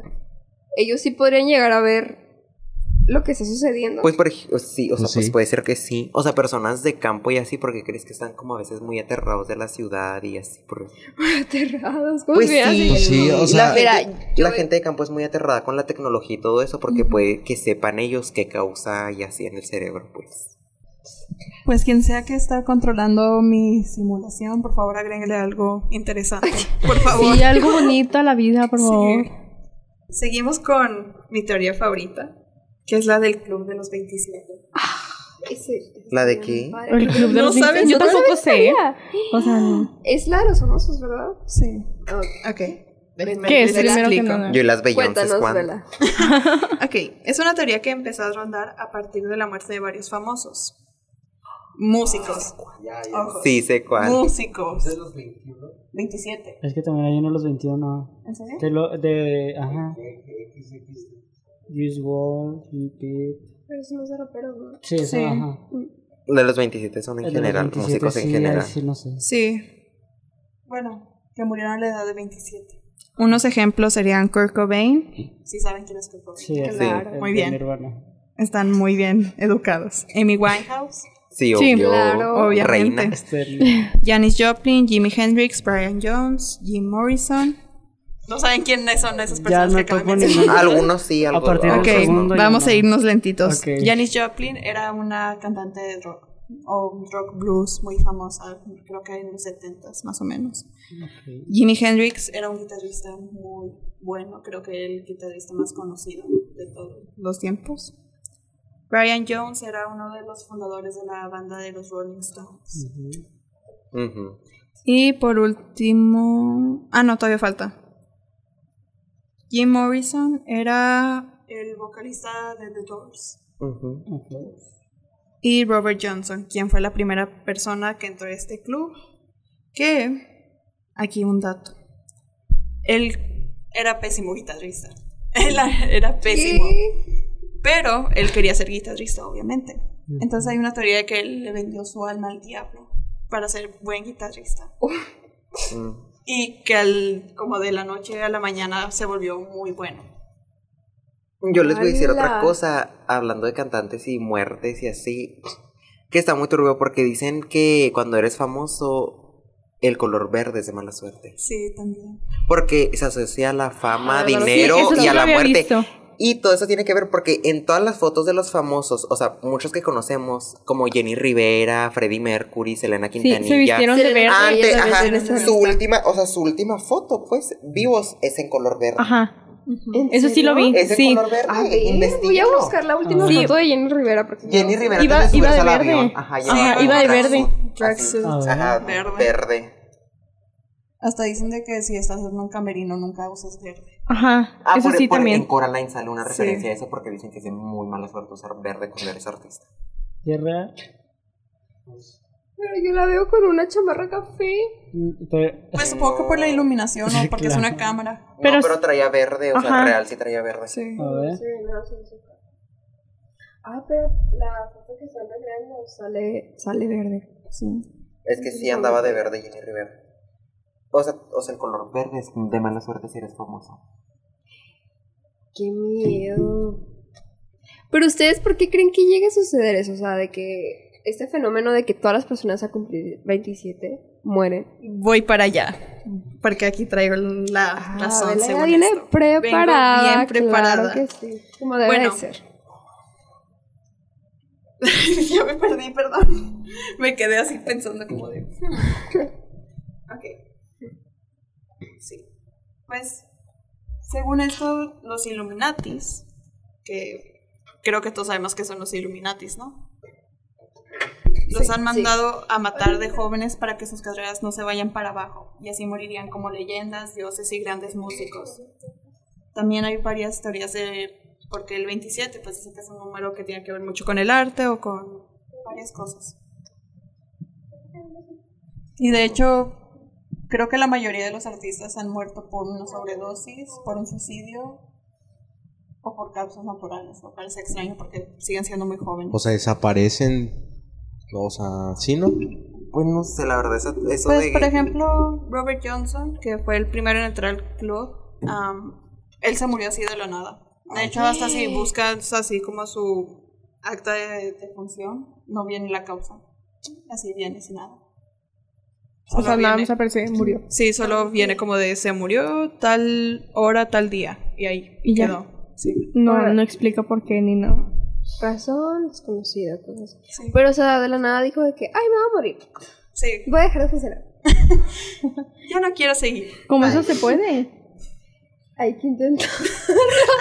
ellos sí podrían llegar a ver lo que está sucediendo. Pues por ej- sí, o sea, Pues pues, sí. puede ser que sí. O sea, personas de campo y así, porque crees que están como a veces muy aterrados de la ciudad y así. por- aterrados. ¿Cómo Pues se hace? sí, Pues sí, o sea, La- Mira, yo- la gente de campo es muy aterrada con la tecnología y todo eso, porque puede que sepan ellos qué causa y así en el cerebro, pues. Pues quien sea que está controlando mi simulación, por favor agréguenle algo interesante. Por favor. Sí, algo bonito a la vida, por Sí. favor. Seguimos con mi teoría favorita, que es la del club de los 27. Ese- ¿La de qué? O el club de No los saben, Beatles. Yo no saben tampoco sé. O sea, no. Es la de los famosos, ¿verdad? Sí. Ah, Ok. ¿qué es les primero que explico. nada? Yo y las Beyoncé Cuéntanos, cuando. Vela. Ok, es una teoría que empezó a rondar a partir de la muerte de varios famosos. Músicos. Ojo. Sí, sé cuál. Músicos. ¿De los 21? 27. Es que también hay uno de los 21. ¿En serio? De, lo, de ajá. Juice WRLD, Cupid. Pero eso no es de raperos, ¿no? Sí, eso, Sí. ajá. De los 27 son en El de los general, 27, músicos en sí, general. ahí sí, no sé. Sí. Bueno, que murieron a la edad de 27. Unos ejemplos serían Kurt Cobain. Sí saben quién es Kurt Cobain. Sí, el de- Claro. el Muy de bien. Nirvana. Están muy bien educados. Amy Winehouse. Sí, Sí, obvio. claro. Obviamente. Reina. Este, Janis Joplin, Jimi Hendrix, Brian Jones, Jim Morrison. No saben quiénes son esas Ya personas no que acaban topo de mencionar. ninguna. Algunos sí, A partir algunos del Ok, segundo ya vamos no. a irnos lentitos. Ok. Janis Joplin era una cantante de rock o rock blues muy famosa, creo que en los 70s más o menos. ok. Jimi Hendrix era un guitarrista muy bueno, creo que el guitarrista más conocido de todos los tiempos. Brian Jones era uno de los fundadores de la banda de los Rolling Stones. Ujú. Y por último. Ah, no, todavía falta. Jim Morrison era el vocalista de The Doors. Ujú. Ok. Y Robert Johnson, quien fue la primera persona que entró a este club. Que. Aquí un dato. Él era pésimo guitarrista. Él era pésimo. Pero él quería ser guitarrista, obviamente. Entonces hay una teoría de que él le vendió su alma al diablo para ser buen guitarrista. Mm. Y que al, como de la noche a la mañana se volvió muy bueno. Yo les voy a decir otra Ala. cosa, hablando de cantantes y muertes y así, que está muy turbio porque dicen que cuando eres famoso, el color verde es de mala suerte. Sí, también. porque Porque se asocia a la fama, Ah, claro, sí, dinero eso sí y a lo la había muerte. visto. Y todo eso tiene que ver porque en todas las fotos de los famosos, o sea, muchos que conocemos, como Jenny Rivera, Freddie Mercury, Selena Sí, Quintanilla. se vistieron de verde. Ah, Antes, Ellos ajá, también tienen esa su lista. última, o sea, su última foto, pues, vivos es en color verde. Ajá. ¿En Eso sí lo serio? vi. Es en Sí. Ah, color verde. A ver, Ah, voy a investíguenlo. buscar la última Sí. foto de Jenny Rivera. Porque Jenny no- Rivera Iba- antes de iba subirse de al verde. avión. Ajá, Ajá, iba de verde. Tracksuit. Ah, Ajá, verde. verde. Hasta dicen de que si estás en un camerino nunca usas verde. Ajá. Ah, Eso por, sí por- En también. Coraline sale una Sí. referencia a eso porque dicen que es de muy mala suerte usar verde cuando eres artista. Tierra. Pero yo la veo con una chamarra café. mm, Pero, Pues supongo que por la iluminación o Sí, porque es claro. una cámara. Pero, Pero- no, pero traía verde, o sea, Ajá. real sí traía verde. Sí. a ver. Sí, no, sí, sí. Ah, pero la foto que sale grande sale, sale verde. Es que sí andaba de verde Jenny Rivera. O sea, o sea, el color verde es de mala suerte si eres famoso. Qué miedo. Pero ustedes, ¿por qué creen que llegue a suceder eso? O sea, de que este fenómeno de que todas las personas a cumplir 27 mueren. Voy para allá. Porque aquí traigo la razón. Adela según Ah, viene esto. preparada. Vengo bien preparada. Claro que sí. Como debe Bueno. de ser. ya me perdí, perdón. Me quedé así pensando como de. hmm. ok. Sí. Pues, según esto, los Illuminatis, que creo que todos sabemos que son los Illuminatis, ¿no? Los Sí, han sí. mandado a matar de jóvenes para que sus carreras no se vayan para abajo y así morirían como leyendas, dioses y grandes músicos. También hay varias teorías de porque el 27 pues dicen que es un número que tiene que ver mucho con el arte o con varias cosas. Y de hecho, creo que la mayoría de los artistas han muerto por una sobredosis, por un suicidio o por causas naturales. Lo cual es extraño porque siguen siendo muy jóvenes. O sea, desaparecen. O sea, sí, ¿no? Pues no sé, la verdad, eso, eso Pues, de. por ejemplo, Robert Johnson, que fue el primero en entrar al club, am, él se murió así de la nada. De hecho, hasta si buscas así como su acta de, de función, no viene la causa. Así viene sin nada. O Pues sea, Solo nada viene- más aparece, murió. Sí, solo viene como de se murió tal hora, tal día. Y ahí Y ya. quedó. No, Ahora- no explica por qué ni nada. Razón desconocida, cosas así. Sí. Pero, o sea, de la nada dijo de que, ay, me voy a morir. Sí. Voy a dejar de funcionar. Yo no quiero seguir. Como eso se puede. Hay que intentar.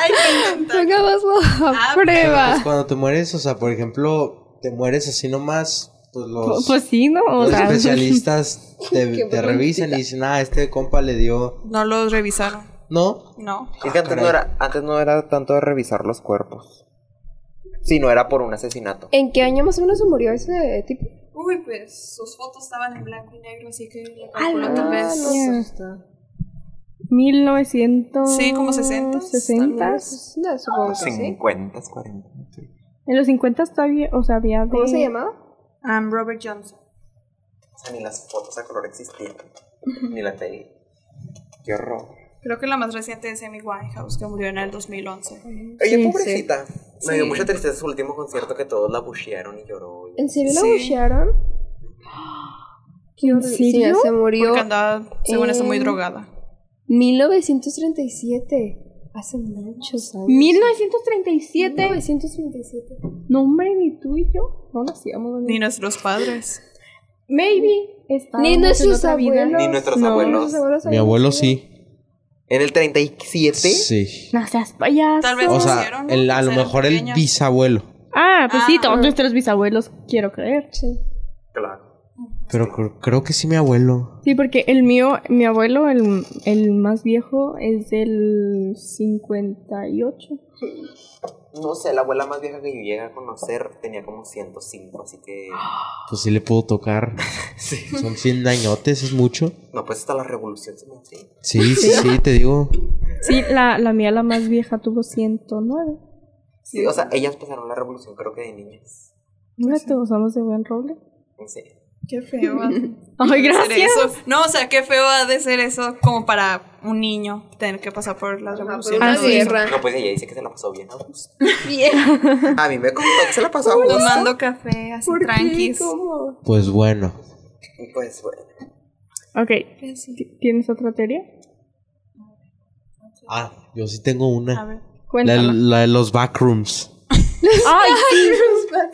Ay, qué tonta. Pongámoslo a Ah, Pero, pues, prueba. cuando te mueres, o sea, por ejemplo, te mueres así nomás, pues los, Pues, pues sí, ¿no? O los sea, especialistas Qué te, te revisan y broncita. dicen, ah, este compa le dio. no los revisaron. No, No. Es que antes no, caray. era, antes no era tanto de revisar los cuerpos, sino era por un asesinato. ¿En qué año más o menos se murió ese tipo? Uy, pues sus fotos estaban en blanco y negro, así que le calculo Ah, tal vez. no sé. Yeah. 1900. Sí, como 60, Tal 60. vez, Pues, No, supongo que sí. 50, 40. sí. En los 50 todavía, o sea, había de... ¿Cómo se llamaba? I'm Robert Johnson. O sea, ni las fotos a color existían, ni la tele. Qué horror. Creo que la más reciente es Amy Winehouse, que murió en el 2011. Oye, Sí, pobrecita. Me dio Sí. mucha tristeza su último concierto que todos la buchearon y lloró. y- ¿En serio la Sí. buchearon? ¿En serio? se murió Porque andaba, según esto, muy eh, drogada. 1937. Hace muchos años. 1937. 1937. Nombre ni tú y yo. No nacíamos. ¿no? Ni nuestros padres. Maybe. estábamos Ni en nuestros otra vida. abuelos. Ni nuestros No. abuelos. Nuestros abuelos mi habían abuelo nacido. sí. ¿En el 37? Sí. No seas payaso. Tal vez O no sea, hicieron, el- a o lo sea, mejor el pequeños. bisabuelo. Ah, pues sí, Ah. todos nuestros bisabuelos, quiero creer. Sí. Claro. Pero cr- creo que sí, mi abuelo. Sí, porque el mío, mi abuelo, el, el más viejo, es del 58. No sé, la abuela más vieja que yo llegué a conocer tenía como 105, así que. Pues sí le puedo tocar. Sí. Son 100 dañotes, es mucho. No, pues hasta la revolución se me hace. Sí, sí, sí, te digo. Sí, la, la mía, la más vieja, tuvo 109. Sí, o sea, ellas pasaron la revolución, creo que de niñas. Pues Mira, te usamos de buen roble. No sé. Qué feo. ha de Ay, ser gracias. eso. No, o sea, qué feo ha de ser eso como para un niño tener que pasar por la revolución. Una Ah, sí. guerra. No, pues ella dice que se la pasó bien a gusto. Bien. A mí me contó que se la pasó a gusto. Tomando café, así tranquis. ¿Cómo? Pues bueno. Y Pues bueno. Ok, ¿tienes otra teoría? Ah, yo sí tengo A una. ver. La, Cuéntame. la de los backrooms. Ay, sí.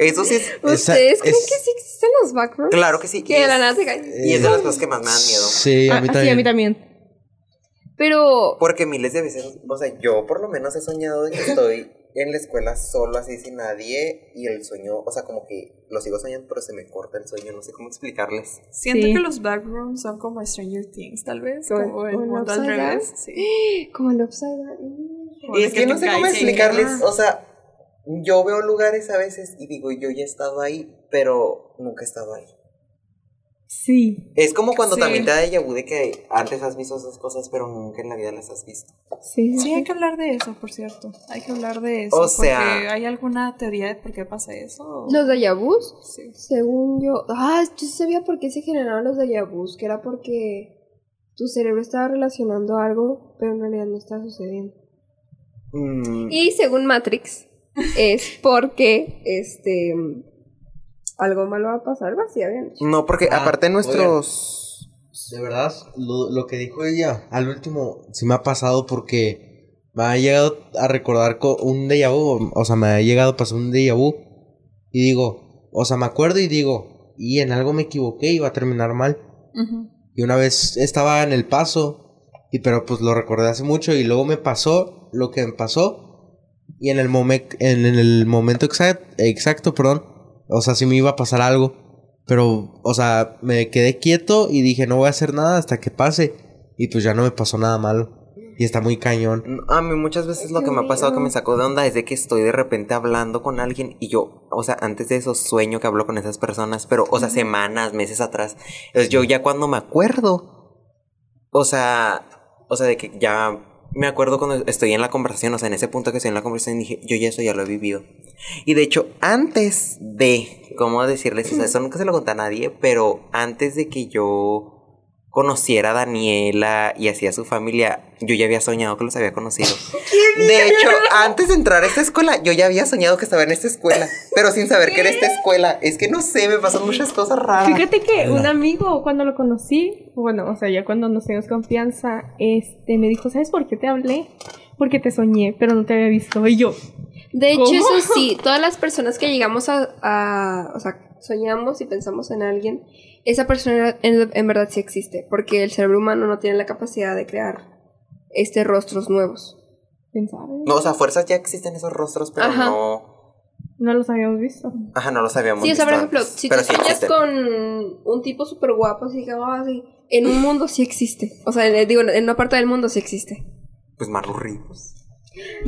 Eso sí es. Esa- ¿Ustedes creen es- que sí existen los backrooms? Claro que sí. Que de la es- nada se caen. Y es de las cosas que más me dan miedo. Sí, a mí Ah, también. Sí, a mí también. Pero Porque miles de veces, o sea, yo por lo menos he soñado de que estoy en la escuela solo, así sin nadie, y el sueño, o sea, como que lo sigo soñando, pero se me corta el sueño, no sé cómo explicarles. Siento Sí. que los backrooms son como Stranger Things, tal vez. Como- Como el como mundo al Upside Down. revés. Sí. como el upside down. Y es que no te sé cómo caes, sí. explicarles, o sea, yo veo lugares a veces y digo, yo ya he estado ahí, pero nunca he estado ahí. Sí. Es como cuando Sí. también te da déjà vu de que antes has visto esas cosas, pero nunca en la vida las has visto. Sí. Sí, hay que hablar de eso, por cierto. Hay que hablar de eso. O sea- porque ¿Hay alguna teoría de por qué pasa eso? Los dayabús, Sí. según yo. Ah, yo sí sabía por qué se generaron los dayabús, que era porque tu cerebro estaba relacionando algo, pero en realidad no estaba sucediendo. Mm, Y según Matrix, es porque este algo malo va a pasar, algo así habían dicho. No, porque Ah, aparte oigan. nuestros De verdad, lo, lo que dijo ella al último sí me ha pasado porque me ha llegado a recordar co- un déjà vu, o sea, me ha llegado a pasar un déjà vu y digo, o sea, me acuerdo y digo, y en algo me equivoqué y va a terminar mal. Y una vez estaba en el paso, y pero pues lo recordé hace mucho y luego me pasó lo que me pasó. Y en el, momen- en, en el momento exacto, exacto, perdón, o sea, sí me iba a pasar algo. Pero, o sea, me quedé quieto y dije, no voy a hacer nada hasta que pase. Y pues ya no me pasó nada malo. Y está muy cañón. A mí muchas veces lo que me ha pasado que me sacó de onda es de que estoy de repente hablando con alguien y yo, o sea, antes de eso sueño que hablo con esas personas, pero, o sea, semanas, meses atrás. Entonces yo ya cuando me acuerdo, o sea, o sea, de que ya me acuerdo cuando estoy en la conversación, o sea, en ese punto que estoy en la conversación dije, yo ya eso ya lo he vivido. Y de hecho, antes de, ¿cómo decirles? O sea, eso nunca se lo conté a nadie, pero antes de que yo conociera a Daniela y así a su familia, yo ya había soñado que los había conocido. De hecho, antes de entrar a esta escuela, yo ya había soñado que estaba en esta escuela, pero sin saber que era esta escuela. Es que no sé, me pasan muchas cosas raras. Fíjate que un amigo, cuando lo conocí, bueno, o sea, ya cuando nos teníamos confianza, este, me dijo, ¿sabes por qué te hablé? Porque te soñé, pero no te había visto. Y yo, De hecho, ¿Cómo? eso sí, todas las personas que llegamos a, a- O sea, soñamos y pensamos en alguien, esa persona en, en verdad sí existe, porque el cerebro humano no tiene la capacidad de crear este rostros nuevos. pensaba, No, o sea, fuerzas ya existen esos rostros, pero Ajá. no. no los habíamos visto. Ajá, no los habíamos Sí, o sea, por visto ejemplo, antes, si tú pero sí sueñas existen. con un tipo súper guapo, así que, ah, sí, en un mundo sí existe. O sea, en- digo, en una parte del mundo sí existe. Pues marurritos.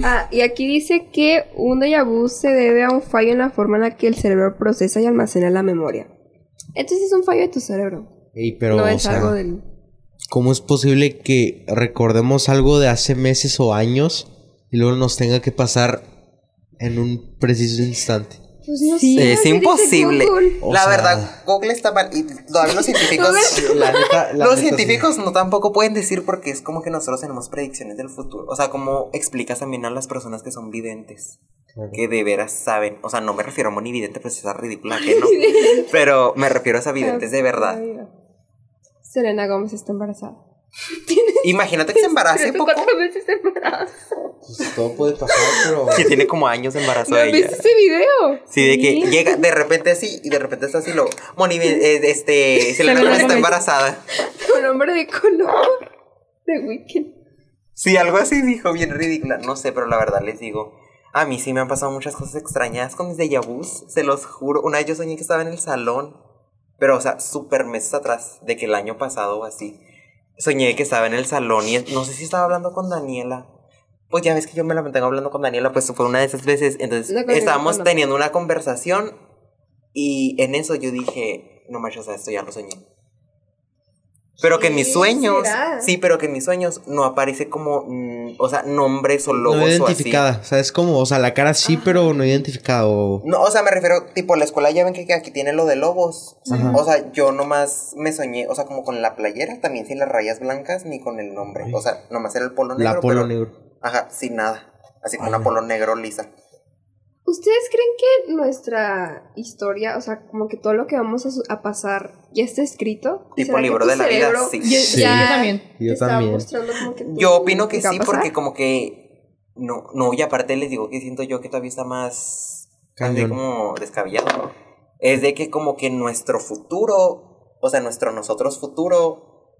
Ah, y aquí dice que un déjà vu se debe a un fallo en la forma en la que el cerebro procesa y almacena la memoria. Entonces es un fallo de tu cerebro. Ey, pero, no o es sea, algo del... ¿cómo es posible que recordemos algo de hace meses o años y luego nos tenga que pasar en un preciso instante? Pues no Sí. sé, Eh, es así dice imposible. Google. O la sea- verdad, Google está mal. Y todavía los científicos. La neta- la neta, los sí. científicos no tampoco pueden decir porque es como que nosotros tenemos predicciones del futuro. O sea, como explicas también a las personas que son videntes. Que de veras saben. O sea, no me refiero a monividente, pues esa ridícula que no. Pero me refiero a esas videntes de verdad. Selena Gómez está embarazada. Imagínate que se embarace poco. ¿Cuántas veces está embarazada? Pues todo puede pasar, pero. Que tiene como años de embarazo ¿No ella. viste ese video? Sí, de que llega de repente así y de repente está así lo. Moni, eh, este. Selena Gómez está embarazada. Con hombre de color. De Weekend. Sí, algo así dijo, bien ridícula. No sé, pero la verdad les digo. A mí sí me han pasado muchas cosas extrañas con mis déjà vus, se los juro. Una vez yo soñé que estaba en el salón, pero o sea, súper meses atrás, de que el año pasado o así. Soñé que estaba en el salón y no sé si estaba hablando con Daniela. Pues ya ves que yo me la mantengo hablando con Daniela, pues fue una de esas veces. Entonces La conmigo estábamos cuando- teniendo una conversación y en eso yo dije, no manches, o sea, esto ya lo soñé. Pero que en mis ¿Qué sueños, será? sí, pero que en mis sueños no aparece como, mm, o sea, nombres o No logos o así. identificada. O sea, es como, o sea, la cara sí, Ah. pero no identificada. o- No, o sea, me refiero, tipo, la escuela ya ven que aquí tiene lo de lobos. Ajá. O sea, yo nomás me soñé, o sea, como con la playera, también sin las rayas blancas ni con el nombre. O sea, nomás era el polo negro. la polo pero- negro. Ajá, sin nada. Así como Ajá. una polo negro lisa. ¿Ustedes creen que nuestra historia, o sea, como que todo lo que vamos a, su- a pasar ya está escrito? Tipo ¿Será que libro tu de la vida, cerebro sí. ya- Sí. ya Ah, Yo también. te Yo está también. mostrando como que Yo tú- opino que ¿qué va sí, a pasar? porque como que no, no, y aparte les digo que siento yo que todavía está más así Cañón. como descabellado. Es de que como que nuestro futuro, o sea, nuestro nosotros futuro,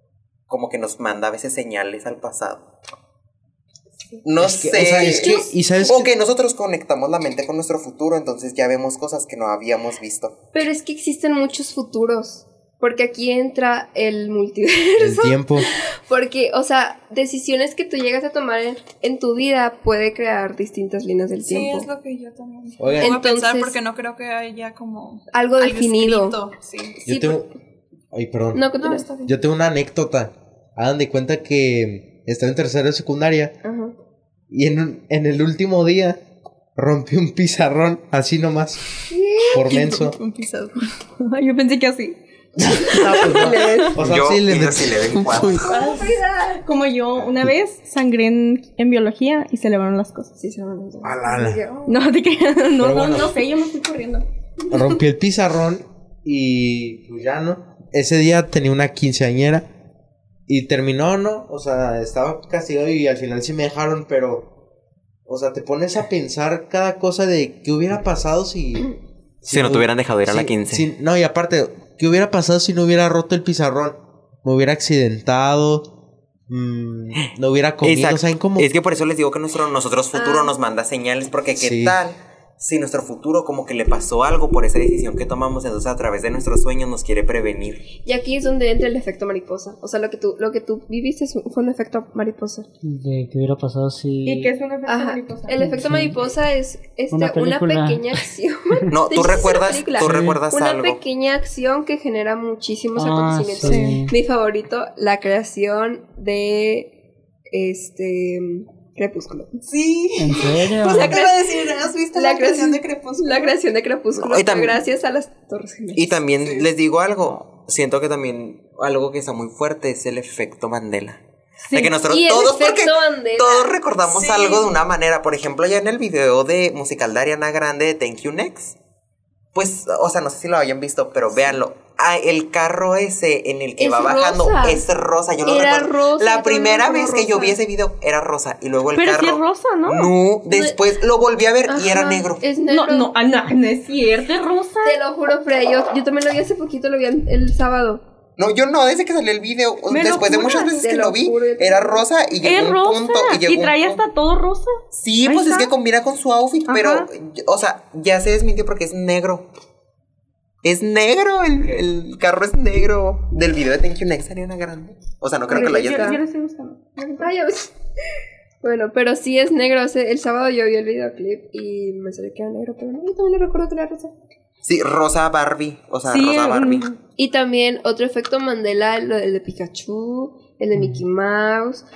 como que nos manda a veces señales al pasado. No Es que, sé. o sea, es que, y sabes o que- que nosotros conectamos la mente con nuestro futuro, entonces ya vemos cosas que no habíamos visto. Pero es que existen muchos futuros. Porque aquí entra el El multiverso. tiempo. Porque, o sea, decisiones que tú llegas a tomar en, en tu vida puede crear distintas líneas del Sí, tiempo. es lo que yo también. Oigan. voy a pensar Entonces- porque no creo que haya como. Algo algo definido. escrito, sí. Yo Sí, tengo. Ay, perdón. No, No, continúa. está bien. Yo tengo una anécdota. Hagan de cuenta que estaba en tercero de secundaria Ajá. y en, un- en el último día rompí un pizarrón así nomás. Por menso. Un pisador. Yo pensé que así. Ah, pues no. O sea, yo sí le y metí- los eleven cuatro. Como yo, una vez sangré en, en biología y se levaron las cosas. Sí, se me olvidó. A la- a la. oh. No, te creas. No, Pero no, bueno. no sé, yo me estoy corriendo. rompí el pizarrón y pues ya no. Ese día tenía una quinceañera Y terminó, ¿no? O sea, estaba castigado y al final sí me dejaron, pero. O sea, te pones a pensar cada cosa de qué hubiera pasado si. Si, no te hubieran dejado ir a la si- 15. si- no, y aparte, ¿qué hubiera pasado si no hubiera roto el pizarrón? Me hubiera accidentado. mm, no hubiera comido. Exacto. O sea, en como. Es que por eso les digo que nuestro nosotros futuro Ah. nos manda señales, porque qué Sí. tal si nuestro futuro como que le pasó algo por esa decisión que tomamos, entonces a través de nuestros sueños nos quiere prevenir. Y aquí es donde entra el efecto mariposa. O sea, lo que tú, lo que tú viviste es un- fue un efecto mariposa. De qué hubiera pasado si. ¿Y qué es un efecto Ajá. mariposa? El efecto Sí. mariposa es este, Una una, película. pequeña acción. No, De hecho, sí tú es una recuerdas, película. tú Sí. recuerdas una algo. pequeña acción que genera muchísimos Ah, acontecimientos. sí. Mi favorito, la creación de este Crepúsculo. Sí. ¿En serio? Pues la acabo de decir, ¿has visto la, La creación creación- de Crepúsculo? La creación de Crepúsculo No, y fue tam- gracias a las Torres Gemelas. Y también les digo algo, siento que también algo que está muy fuerte es el efecto Mandela. De que nosotros Y el todos, porque efecto Mandela. todos recordamos Sí. algo de una manera. Por ejemplo, ya en el video de musical de Ariana Grande de Thank You Next. Pues, o sea, no sé si lo hayan visto, pero véanlo. Ah, el carro ese en el que Es va bajando rosa. es rosa. Yo lo Era recuerdo. rosa, La yo también primera recuerdo vez que yo rosa. vi ese video era rosa. Y luego el Pero si carro. es rosa, ¿no? No, después lo volví a ver y era Ajá, negro. Es No, negro. no, Ana, no es cierto, es rosa. Te lo juro, Fred. Yo, yo también lo vi hace poquito, lo vi el, el sábado. No, yo no, desde que salió el video, o- Me lo después de juras, muchas veces te que lo lo vi, juro, yo te era lo rosa y llegó Es un rosa. punto y llegó y un trae punto- hasta todo rosa. Sí, Ahí pues es está. que combina con su outfit, Ajá. pero, o sea, ya se desmintió porque es negro. Es negro, el, el carro es negro. Del video de Thank You Next, Ariana Grande. O sea, no creo que lo hayas yo, yo visto. lo estoy buscando. Ay, a ver. Bueno, pero sí es negro. o sea, el sábado yo vi el videoclip y me salió que era negro, pero no, yo también lo recuerdo que era rosa. Sí, Rosa Barbie. O sea, Sí, Rosa Barbie. mm, Y también otro efecto Mandela, el, el de Pikachu, el de Mickey Mm. Mouse.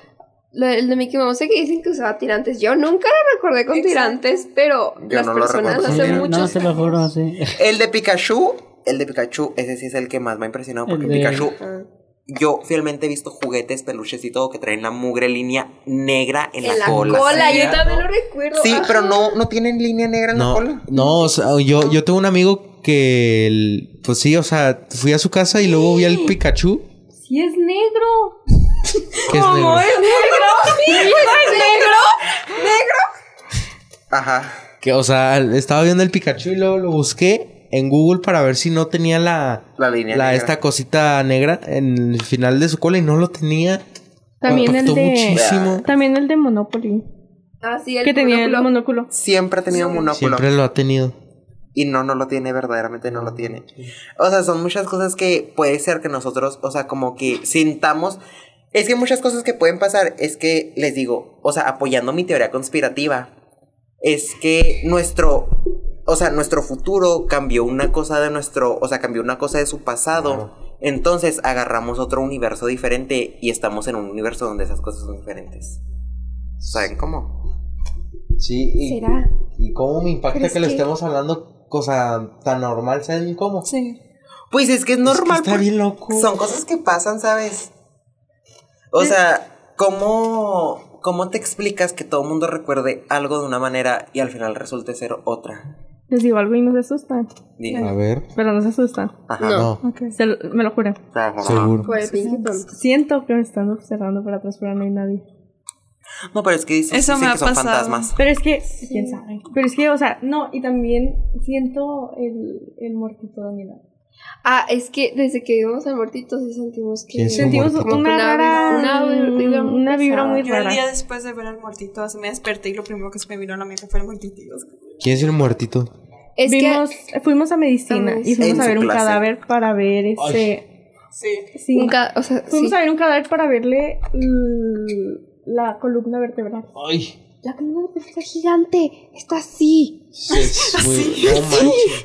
Lo- el de Mickey Mouse sé que dicen que usaba tirantes. Yo nunca lo recordé con tirantes, pero Yo las no lo personas recuerdo. hace Sí, No, muchos se lo juro, sí. El de Pikachu, el de Pikachu, ese sí es el que más me ha impresionado porque El de- Pikachu Ah, Yo fielmente he visto juguetes, peluches y todo que traen la mugre línea negra en, en, la cola. cola. sí, yo también lo recuerdo. Sí, ajá. pero no, no tienen línea negra en la No, cola. no, o sea, yo, yo tengo un amigo que. el- pues sí, o sea, fui a su casa y luego vi al Pikachu. Sí es negro. Que es negro. ¿Cómo es negro? ¿Sí es negro? Ajá. Que, o sea, estaba viendo el Pikachu y luego lo busqué en Google para ver si no tenía la. La línea la- negra. esta cosita negra en el final de su cola y no lo tenía. También Me el impactó de... muchísimo. También el de Monopoly. Ah, sí, el Que tenía el monóculo. monóculo. Siempre ha tenido monóculo. Siempre lo ha tenido. Y no, no lo tiene, verdaderamente no lo tiene. O sea, son muchas cosas que puede ser que nosotros, o sea, como que sintamos. Es que muchas cosas que pueden pasar es que, les digo, o sea, apoyando mi teoría conspirativa, es que nuestro, o sea, nuestro futuro cambió una cosa de nuestro, o sea, cambió una cosa de su pasado. Entonces agarramos otro universo diferente y estamos en un universo donde esas cosas son diferentes. ¿Saben cómo? Sí, y, ¿Será? y cómo me impacta ¿Crees que le que- estemos hablando cosa tan normal, ¿saben cómo? Sí. Pues es que Es es que normal. está porque- bien loco. Son cosas que pasan, ¿sabes? O sea, ¿cómo, cómo te explicas que todo el mundo recuerde algo de una manera y al final resulte ser otra? Les digo algo y no se asustan. Dime. A ver. Pero no se asustan. Ajá. No. No, Pues- Ok. se lo- me lo juro. Ajá. seguro. Por el Pinkerton. Siento que me están observando para atrás, pero no hay nadie. No, pero es que dicen, Eso dicen me ha que son pasado. fantasmas. Pero es que, quién sabe. Pero es que, o sea, no, y también siento el, el muertito de mi lado. Ah, es que desde que vimos al muertito sí sentimos ¿Quién que... es el Sentimos muertito? una Una rara. vibra- una vibra muy una vibra pesada. muy Yo el rara. día después de ver al muertito, así me desperté y lo primero que se me vino a la mente fue el muertito. y yo así, ¿Quién es el muertito? Es Vimos, fuimos a medicina Vamos. y fuimos En a su ver un clase. cadáver para ver ese. Sí. que Sí. nunca... O sea, Fuimos sí. a ver un cadáver para verle mm, la columna vertebral. Ay, La columna vertebral está gigante. Está así. sí, es muy- no manches.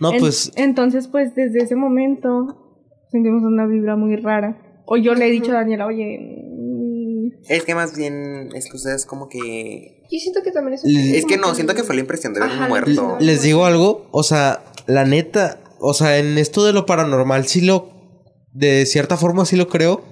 No, En- pues Entonces, pues desde ese momento sentimos una vibra muy rara. O yo le he dicho a Daniela, oye, mm, Es que más bien es que ustedes como que... Yo siento que también es un... L- Es que no, siento que fue la impresión de ver Ajá, un muerto. la- les digo algo, o sea, la neta, o sea, en esto de lo paranormal sí lo, de cierta forma sí lo creo,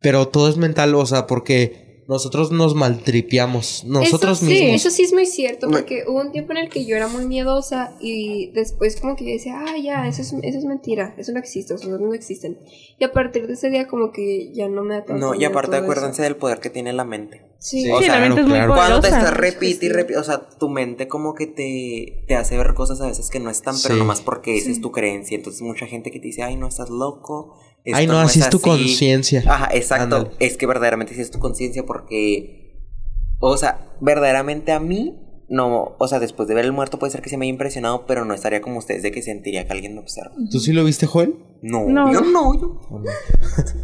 pero todo es mental, o sea, porque nosotros nos maltripiamos. Nosotros eso, Sí, mismos. eso sí es muy cierto, No. porque hubo un tiempo en el que yo era muy miedosa y después como que yo decía, ah, ya, eso es, eso es mentira, eso no existe, los hombres no existen. Y a partir de ese día como que ya no me da tanto No, y miedo aparte todo eso. acuérdense del poder que tiene la mente. Sí, Sí. O Sí, sea, la mente no, es muy claro. Cuando te poderosa. estás repite y repite, o sea, tu mente como que te, te hace ver cosas a veces que no están, pero Sí. nomás porque esa es tu creencia. Entonces mucha gente que te dice, ay, no, estás loco. esto Ay, no, así es tu así". conciencia. Ajá, exacto. Ándale. Es que verdaderamente sí es tu conciencia porque, o sea, verdaderamente a mí, no, o sea, después de ver el muerto puede ser que se me haya impresionado, pero no estaría como ustedes de que sentiría que alguien me observa. ¿Tú sí lo viste, Joel? No, No. yo no, yo ¿O no?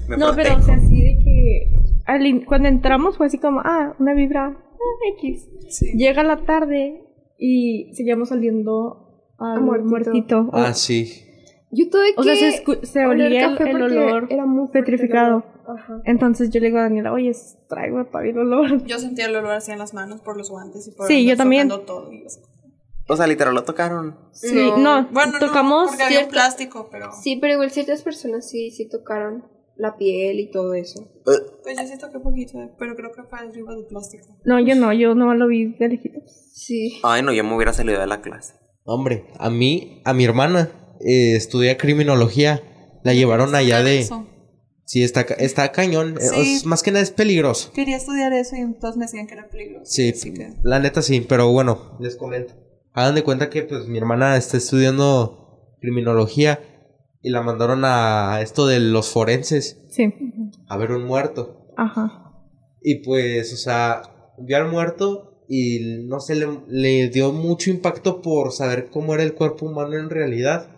me No, pero o protejo. sea, así de que al in- cuando entramos fue así como, ah, una vibra ah, X. Sí. Llega la tarde y seguíamos oliendo al A muertito. muertito. O, Ah, sí. Yo tuve que... o sea, se, escu- se oler olía el, café el porque olor era muy fuerte el petrificado. olor. Ajá. Entonces yo le digo a Daniela, oye, traigo para el olor. Yo sentía el olor así en las manos por los guantes y por Sí, yo andar también. tocando todo. y eso. O sea, literal lo tocaron. Sí, No. no, Bueno, no, tocamos porque había un cierta- plástico, pero Sí, pero igual ciertas personas sí, sí tocaron la piel y todo eso. Eh, pues yo sí toqué poquito, eh, pero creo que fue arriba del plástico. No, yo no, yo no lo vi de lejitos. Sí. Ay, no, yo me hubiera salido de la clase. Hombre, a mí, a mi hermana, eh, estudia criminología. La llevaron allá de... Eso. Sí, está, ca- está cañón. eh, Sí. es- más que nada es peligroso. Quería estudiar eso y entonces me decían que era peligroso. Sí, así que- la neta sí, pero bueno, les comento. Hagan de cuenta que pues mi hermana está estudiando criminología y la mandaron a esto de los forenses, Sí, a ver un muerto. ajá. Y pues, o sea, vio al muerto y no sé, le, le dio mucho impacto por saber cómo era el cuerpo humano en realidad.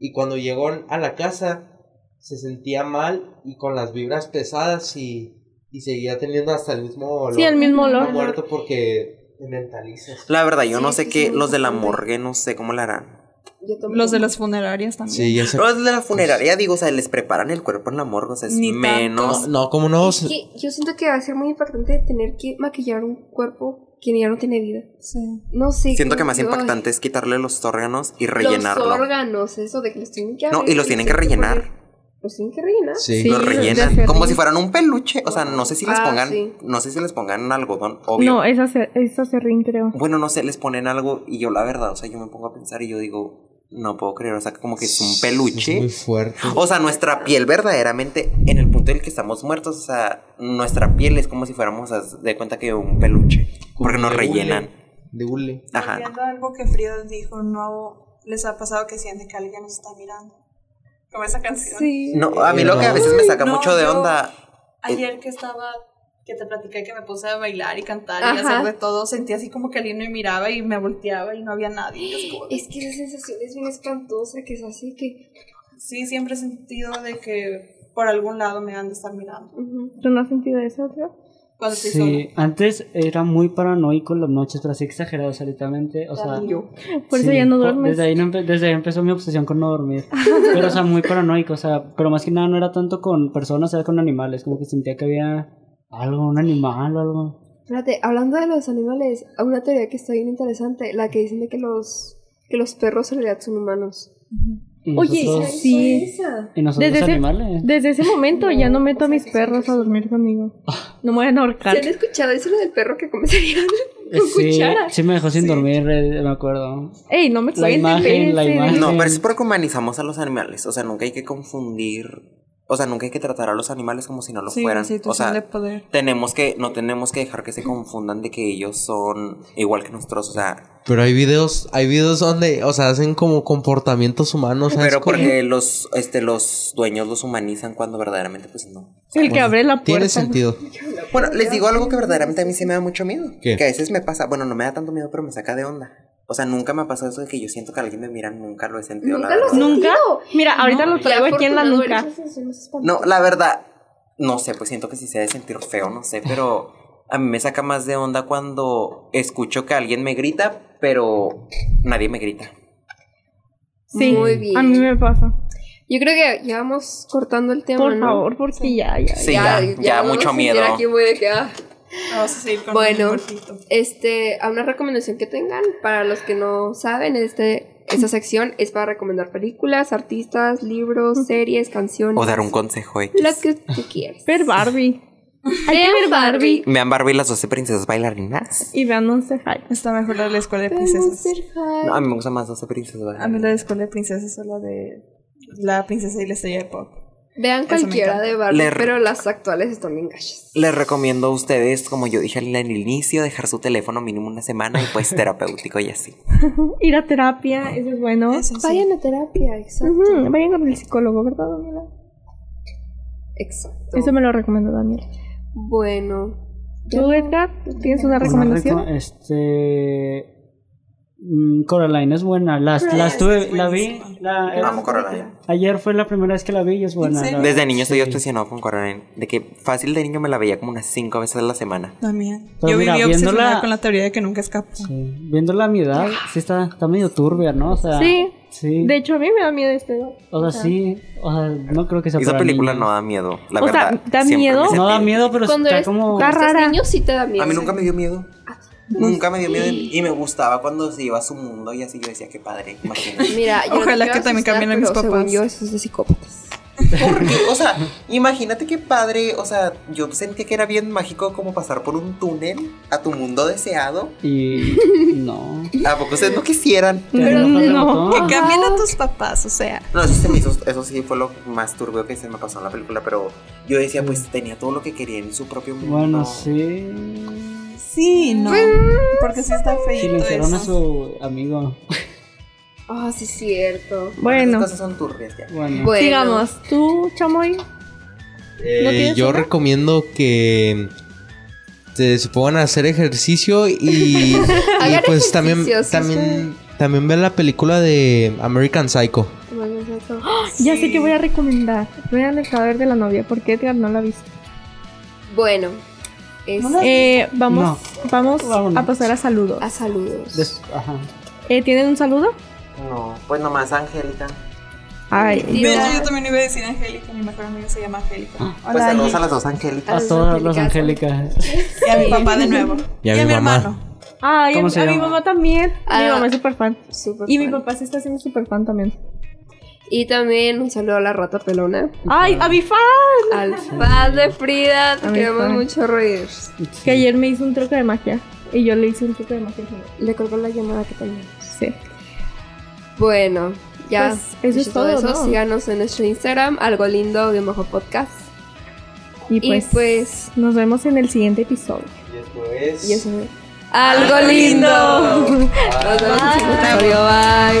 Y cuando llegó a la casa, se sentía mal y con las vibras pesadas y, y seguía teniendo hasta el mismo olor. Sí, el mismo a olor. muerto porque te mentalizas. La verdad, yo Sí, no sé sí, qué, sí, los de la bastante. morgue, no sé cómo la harán. Yo tampoco. Los de las funerarias también. Sí, ya sé. Los de la funeraria, digo, o sea, les preparan el cuerpo en la morgue, o sea, es Ni menos. No, no, como no. Es que yo siento que va a ser muy importante tener que maquillar un cuerpo que ya no tiene vida. Sí. No sé. Siento que como más ay, impactante es quitarle los órganos y Los rellenarlo. órganos, eso de que los tienen que No, abrir y los tienen que poner- rellenar. Los tienen que rellenar. Sí. Sí. Los los rellenan. de Como ferrín. si fueran un peluche. O sea, no sé si les Ah, pongan. sí. No sé si les pongan algodón, No, obvio. esa se, esa se rin, creo. Bueno, no sé, les ponen algo. Y yo, la verdad, o sea, yo me pongo a pensar y yo digo, no puedo creer. O sea, como que es un peluche. Es muy fuerte. O sea, nuestra piel verdaderamente, en el punto en el que estamos muertos, o sea, nuestra piel es como si fuéramos haz de cuenta que un peluche. Porque nos De hule, rellenan. De hule. Ajá. Volviendo a algo que Frida dijo, no les ha pasado que sienten que alguien nos está mirando. Como esa canción. Sí. No, a mí lo que a veces me saca No, mucho de yo- onda. Ayer que estaba, que te platiqué que me puse a bailar y cantar y Ajá. hacer de todo, sentí así como que alguien me miraba y me volteaba y no había nadie. Y es como- Es que esa sensación es bien espantosa, que es así que... Sí, siempre he sentido de que por algún lado me han de estar mirando. Ujú. ¿Tú no has sentido eso, creo? Cuando estoy sola. Sí, antes era muy paranoico en las noches, pero así exagerado, solitamente. O sea, Yo. Por eso sí, ya no po- duermes. Desde ahí, no empe- desde ahí empezó mi obsesión con no dormir. Pero, o sea, muy paranoico. O sea, pero más que nada no era tanto con personas, era con animales. Como que sentía que había algo, un animal o algo. Espérate, hablando de los animales, hay una teoría que está bien interesante, la que dicen de que los, que los perros en realidad son humanos. Y Oye, nosotros- sí. Y nosotros Desde ese- animales. Desde ese momento ya no meto a mis perros a dormir conmigo. No me van a ¿Se ahorcar. han escuchado eso del perro que come cereal con Eh, Sí, cuchara? sí me dejó sin dormir, eh, me acuerdo. Ey, no me La imagen, la espérense, imagen. No, Sí. pero es porque humanizamos a los animales. O sea, nunca hay que confundir. O sea, nunca hay que tratar a los animales como si no lo Sí, fueran. O situación de sea, poder. tenemos que, no tenemos que dejar que se confundan de que ellos son igual que nosotros. O sea, Pero hay videos, hay videos donde, o sea, hacen como comportamientos humanos. ¿sabes? pero Como- porque los, este, los dueños los humanizan cuando verdaderamente pues no. El que abre la puerta. Tiene sentido. Bueno, les digo algo que verdaderamente a mí sí me da mucho miedo. ¿Qué? Que a veces me pasa, bueno, no me da tanto miedo, pero me saca de onda. O sea, nunca me ha pasado eso de que yo siento que alguien me mira, nunca lo he sentido. Nunca la lo verdad. sentí. Nunca. Sentido. Mira, ahorita lo traigo aquí en la afortunado, nuca. esa sensación es espantosa. No, la verdad, no sé, pues siento que sí se ha de sentir feo, no sé, pero a mí me saca más de onda cuando escucho que alguien me grita, pero nadie me grita. Sí. Muy bien. A mí me pasa. Yo creo que ya vamos cortando el tema, Por ¿no? favor, porque ya, ya. Sí, ya, ya, no mucho nos miedo. sintiera aquí muy de que, ah. Vamos a seguir con Bueno. el cuerpito. Este, a una recomendación que tengan, para los que no saben, este, esta sección es para recomendar películas, artistas, libros, series, canciones. O dar un consejo X. Lo que tú quieras. Ver Barbie. Vean Barbie. Me han Barbie y las 12 princesas bailarinas. Y vean Monster High. Está mejor la de la escuela de pues, princesas. No, a mí me gusta más 12 princesas A mí la bailarinas. de escuela de princesas o la de la princesa y la estrella de pop. Vean Eso me cualquiera encanta. de Barbie, Le- pero las actuales están bien gachas. Les recomiendo a ustedes, como yo dije al al inicio, dejar su teléfono mínimo una semana y pues terapéutico y así. Ir a terapia, eso es bueno. Eso sí. Vayan a terapia, exacto. Ujú, Vayan con el psicólogo, ¿verdad, Daniela? Exacto. Eso me lo recomiendo, Daniela. Bueno, ¿Tú, Edgar, tienes una Una recomendación? reco- este. mm, Coraline es buena. Las, las tuve, la vi. la- eh, Yo amo Coraline. Ayer fue la primera vez que la vi y es buena. la- Desde niño estoy sí. obsesionado con Coraline. De que fácil de niño me la veía como unas 5 veces a la semana. También. Pero Yo mira, viví obsesionada viéndola- con la teoría de que nunca escapó. Sí. Viéndola a mi edad, sí está, está medio turbia, ¿no? O sea, Sí. sí. De hecho, a mí me da miedo este. ¿no? o sea, sí. O sea, no creo que sea Esa para película niños. no da miedo, la O sea, verdad. ¿da Siempre miedo? me sentí- No da miedo, pero cuando está eres, como. cuando estás rara. niño sí te da miedo. A mí nunca me dio miedo. Nunca me dio miedo y me gustaba cuando se iba a su mundo y así yo decía, qué padre, imagínate. Mira, yo no Ojalá quiero que también asustar, cambien a pero mis papás. Según yo, eso es de psicópatas. Porque, o sea, imagínate qué padre, o sea, yo sentía que era bien mágico como pasar por un túnel a tu mundo deseado. Y. No. ¿A poco ustedes no quisieran? Te Pero enojas de no. botón. Que cambien a tus papás, o sea. No, eso, se me hizo- eso sí fue lo más turbio que se me pasó en la película, pero yo decía, pues tenía todo lo que quería en su propio mundo. Bueno, sí. Sí, no. Porque sí está feito Silenciaron a eso. su amigo. Ah, sí, es cierto. Bueno, Las cosas son turbias ya. Bueno. Bueno, sigamos. ¿Tú, Chamoy? Eh, ¿No tienes yo una? recomiendo que te- se pongan a hacer ejercicio y, y Hagan pues también ejercicio, sí, también también ver la película de American Psycho. bueno, exacto. Ya sé que voy a recomendar. Vean el cadáver de la novia, porque Edgar no la ha visto. Bueno, es Eh, vamos, vamos Vámonos. a pasar a saludos. a saludos. Des- Ajá. Eh, ¿Tienen un saludo? No, pues nomás Angélica. Pues, Ay, Sí, De yo- hecho, yo también iba a decir Angélica, mi mejor amiga se llama Angélica. Pues Hola, saludos Angélica. a las dos Angélicas. A A las todas las Angélicas. angélicas. Y a mi papá de nuevo. Y a mi mamá. hermano. Ay, ¿Cómo a, se a mi llama? mamá también. Ah. mi mamá es súper fan. Súper Y mi fan. papá se está haciendo súper fan también. Y también un saludo a la rata pelona. ¡Ay, a mi fan! Al fan de Frida, te A mi queremos fan. mucho reír. Que ayer me hizo un truco de magia. Y yo le hice un truco de magia. Le colgó la llamada que tenía. Sí. Bueno, ya. Pues, eso es dicho todo, ¿no? Síganos en nuestro Instagram, algo lindo, de bajo podcast. Y pues, y pues, nos vemos en el siguiente episodio. y eso es. ¡Algo, lindo! Nos vemos en el episodio, bye.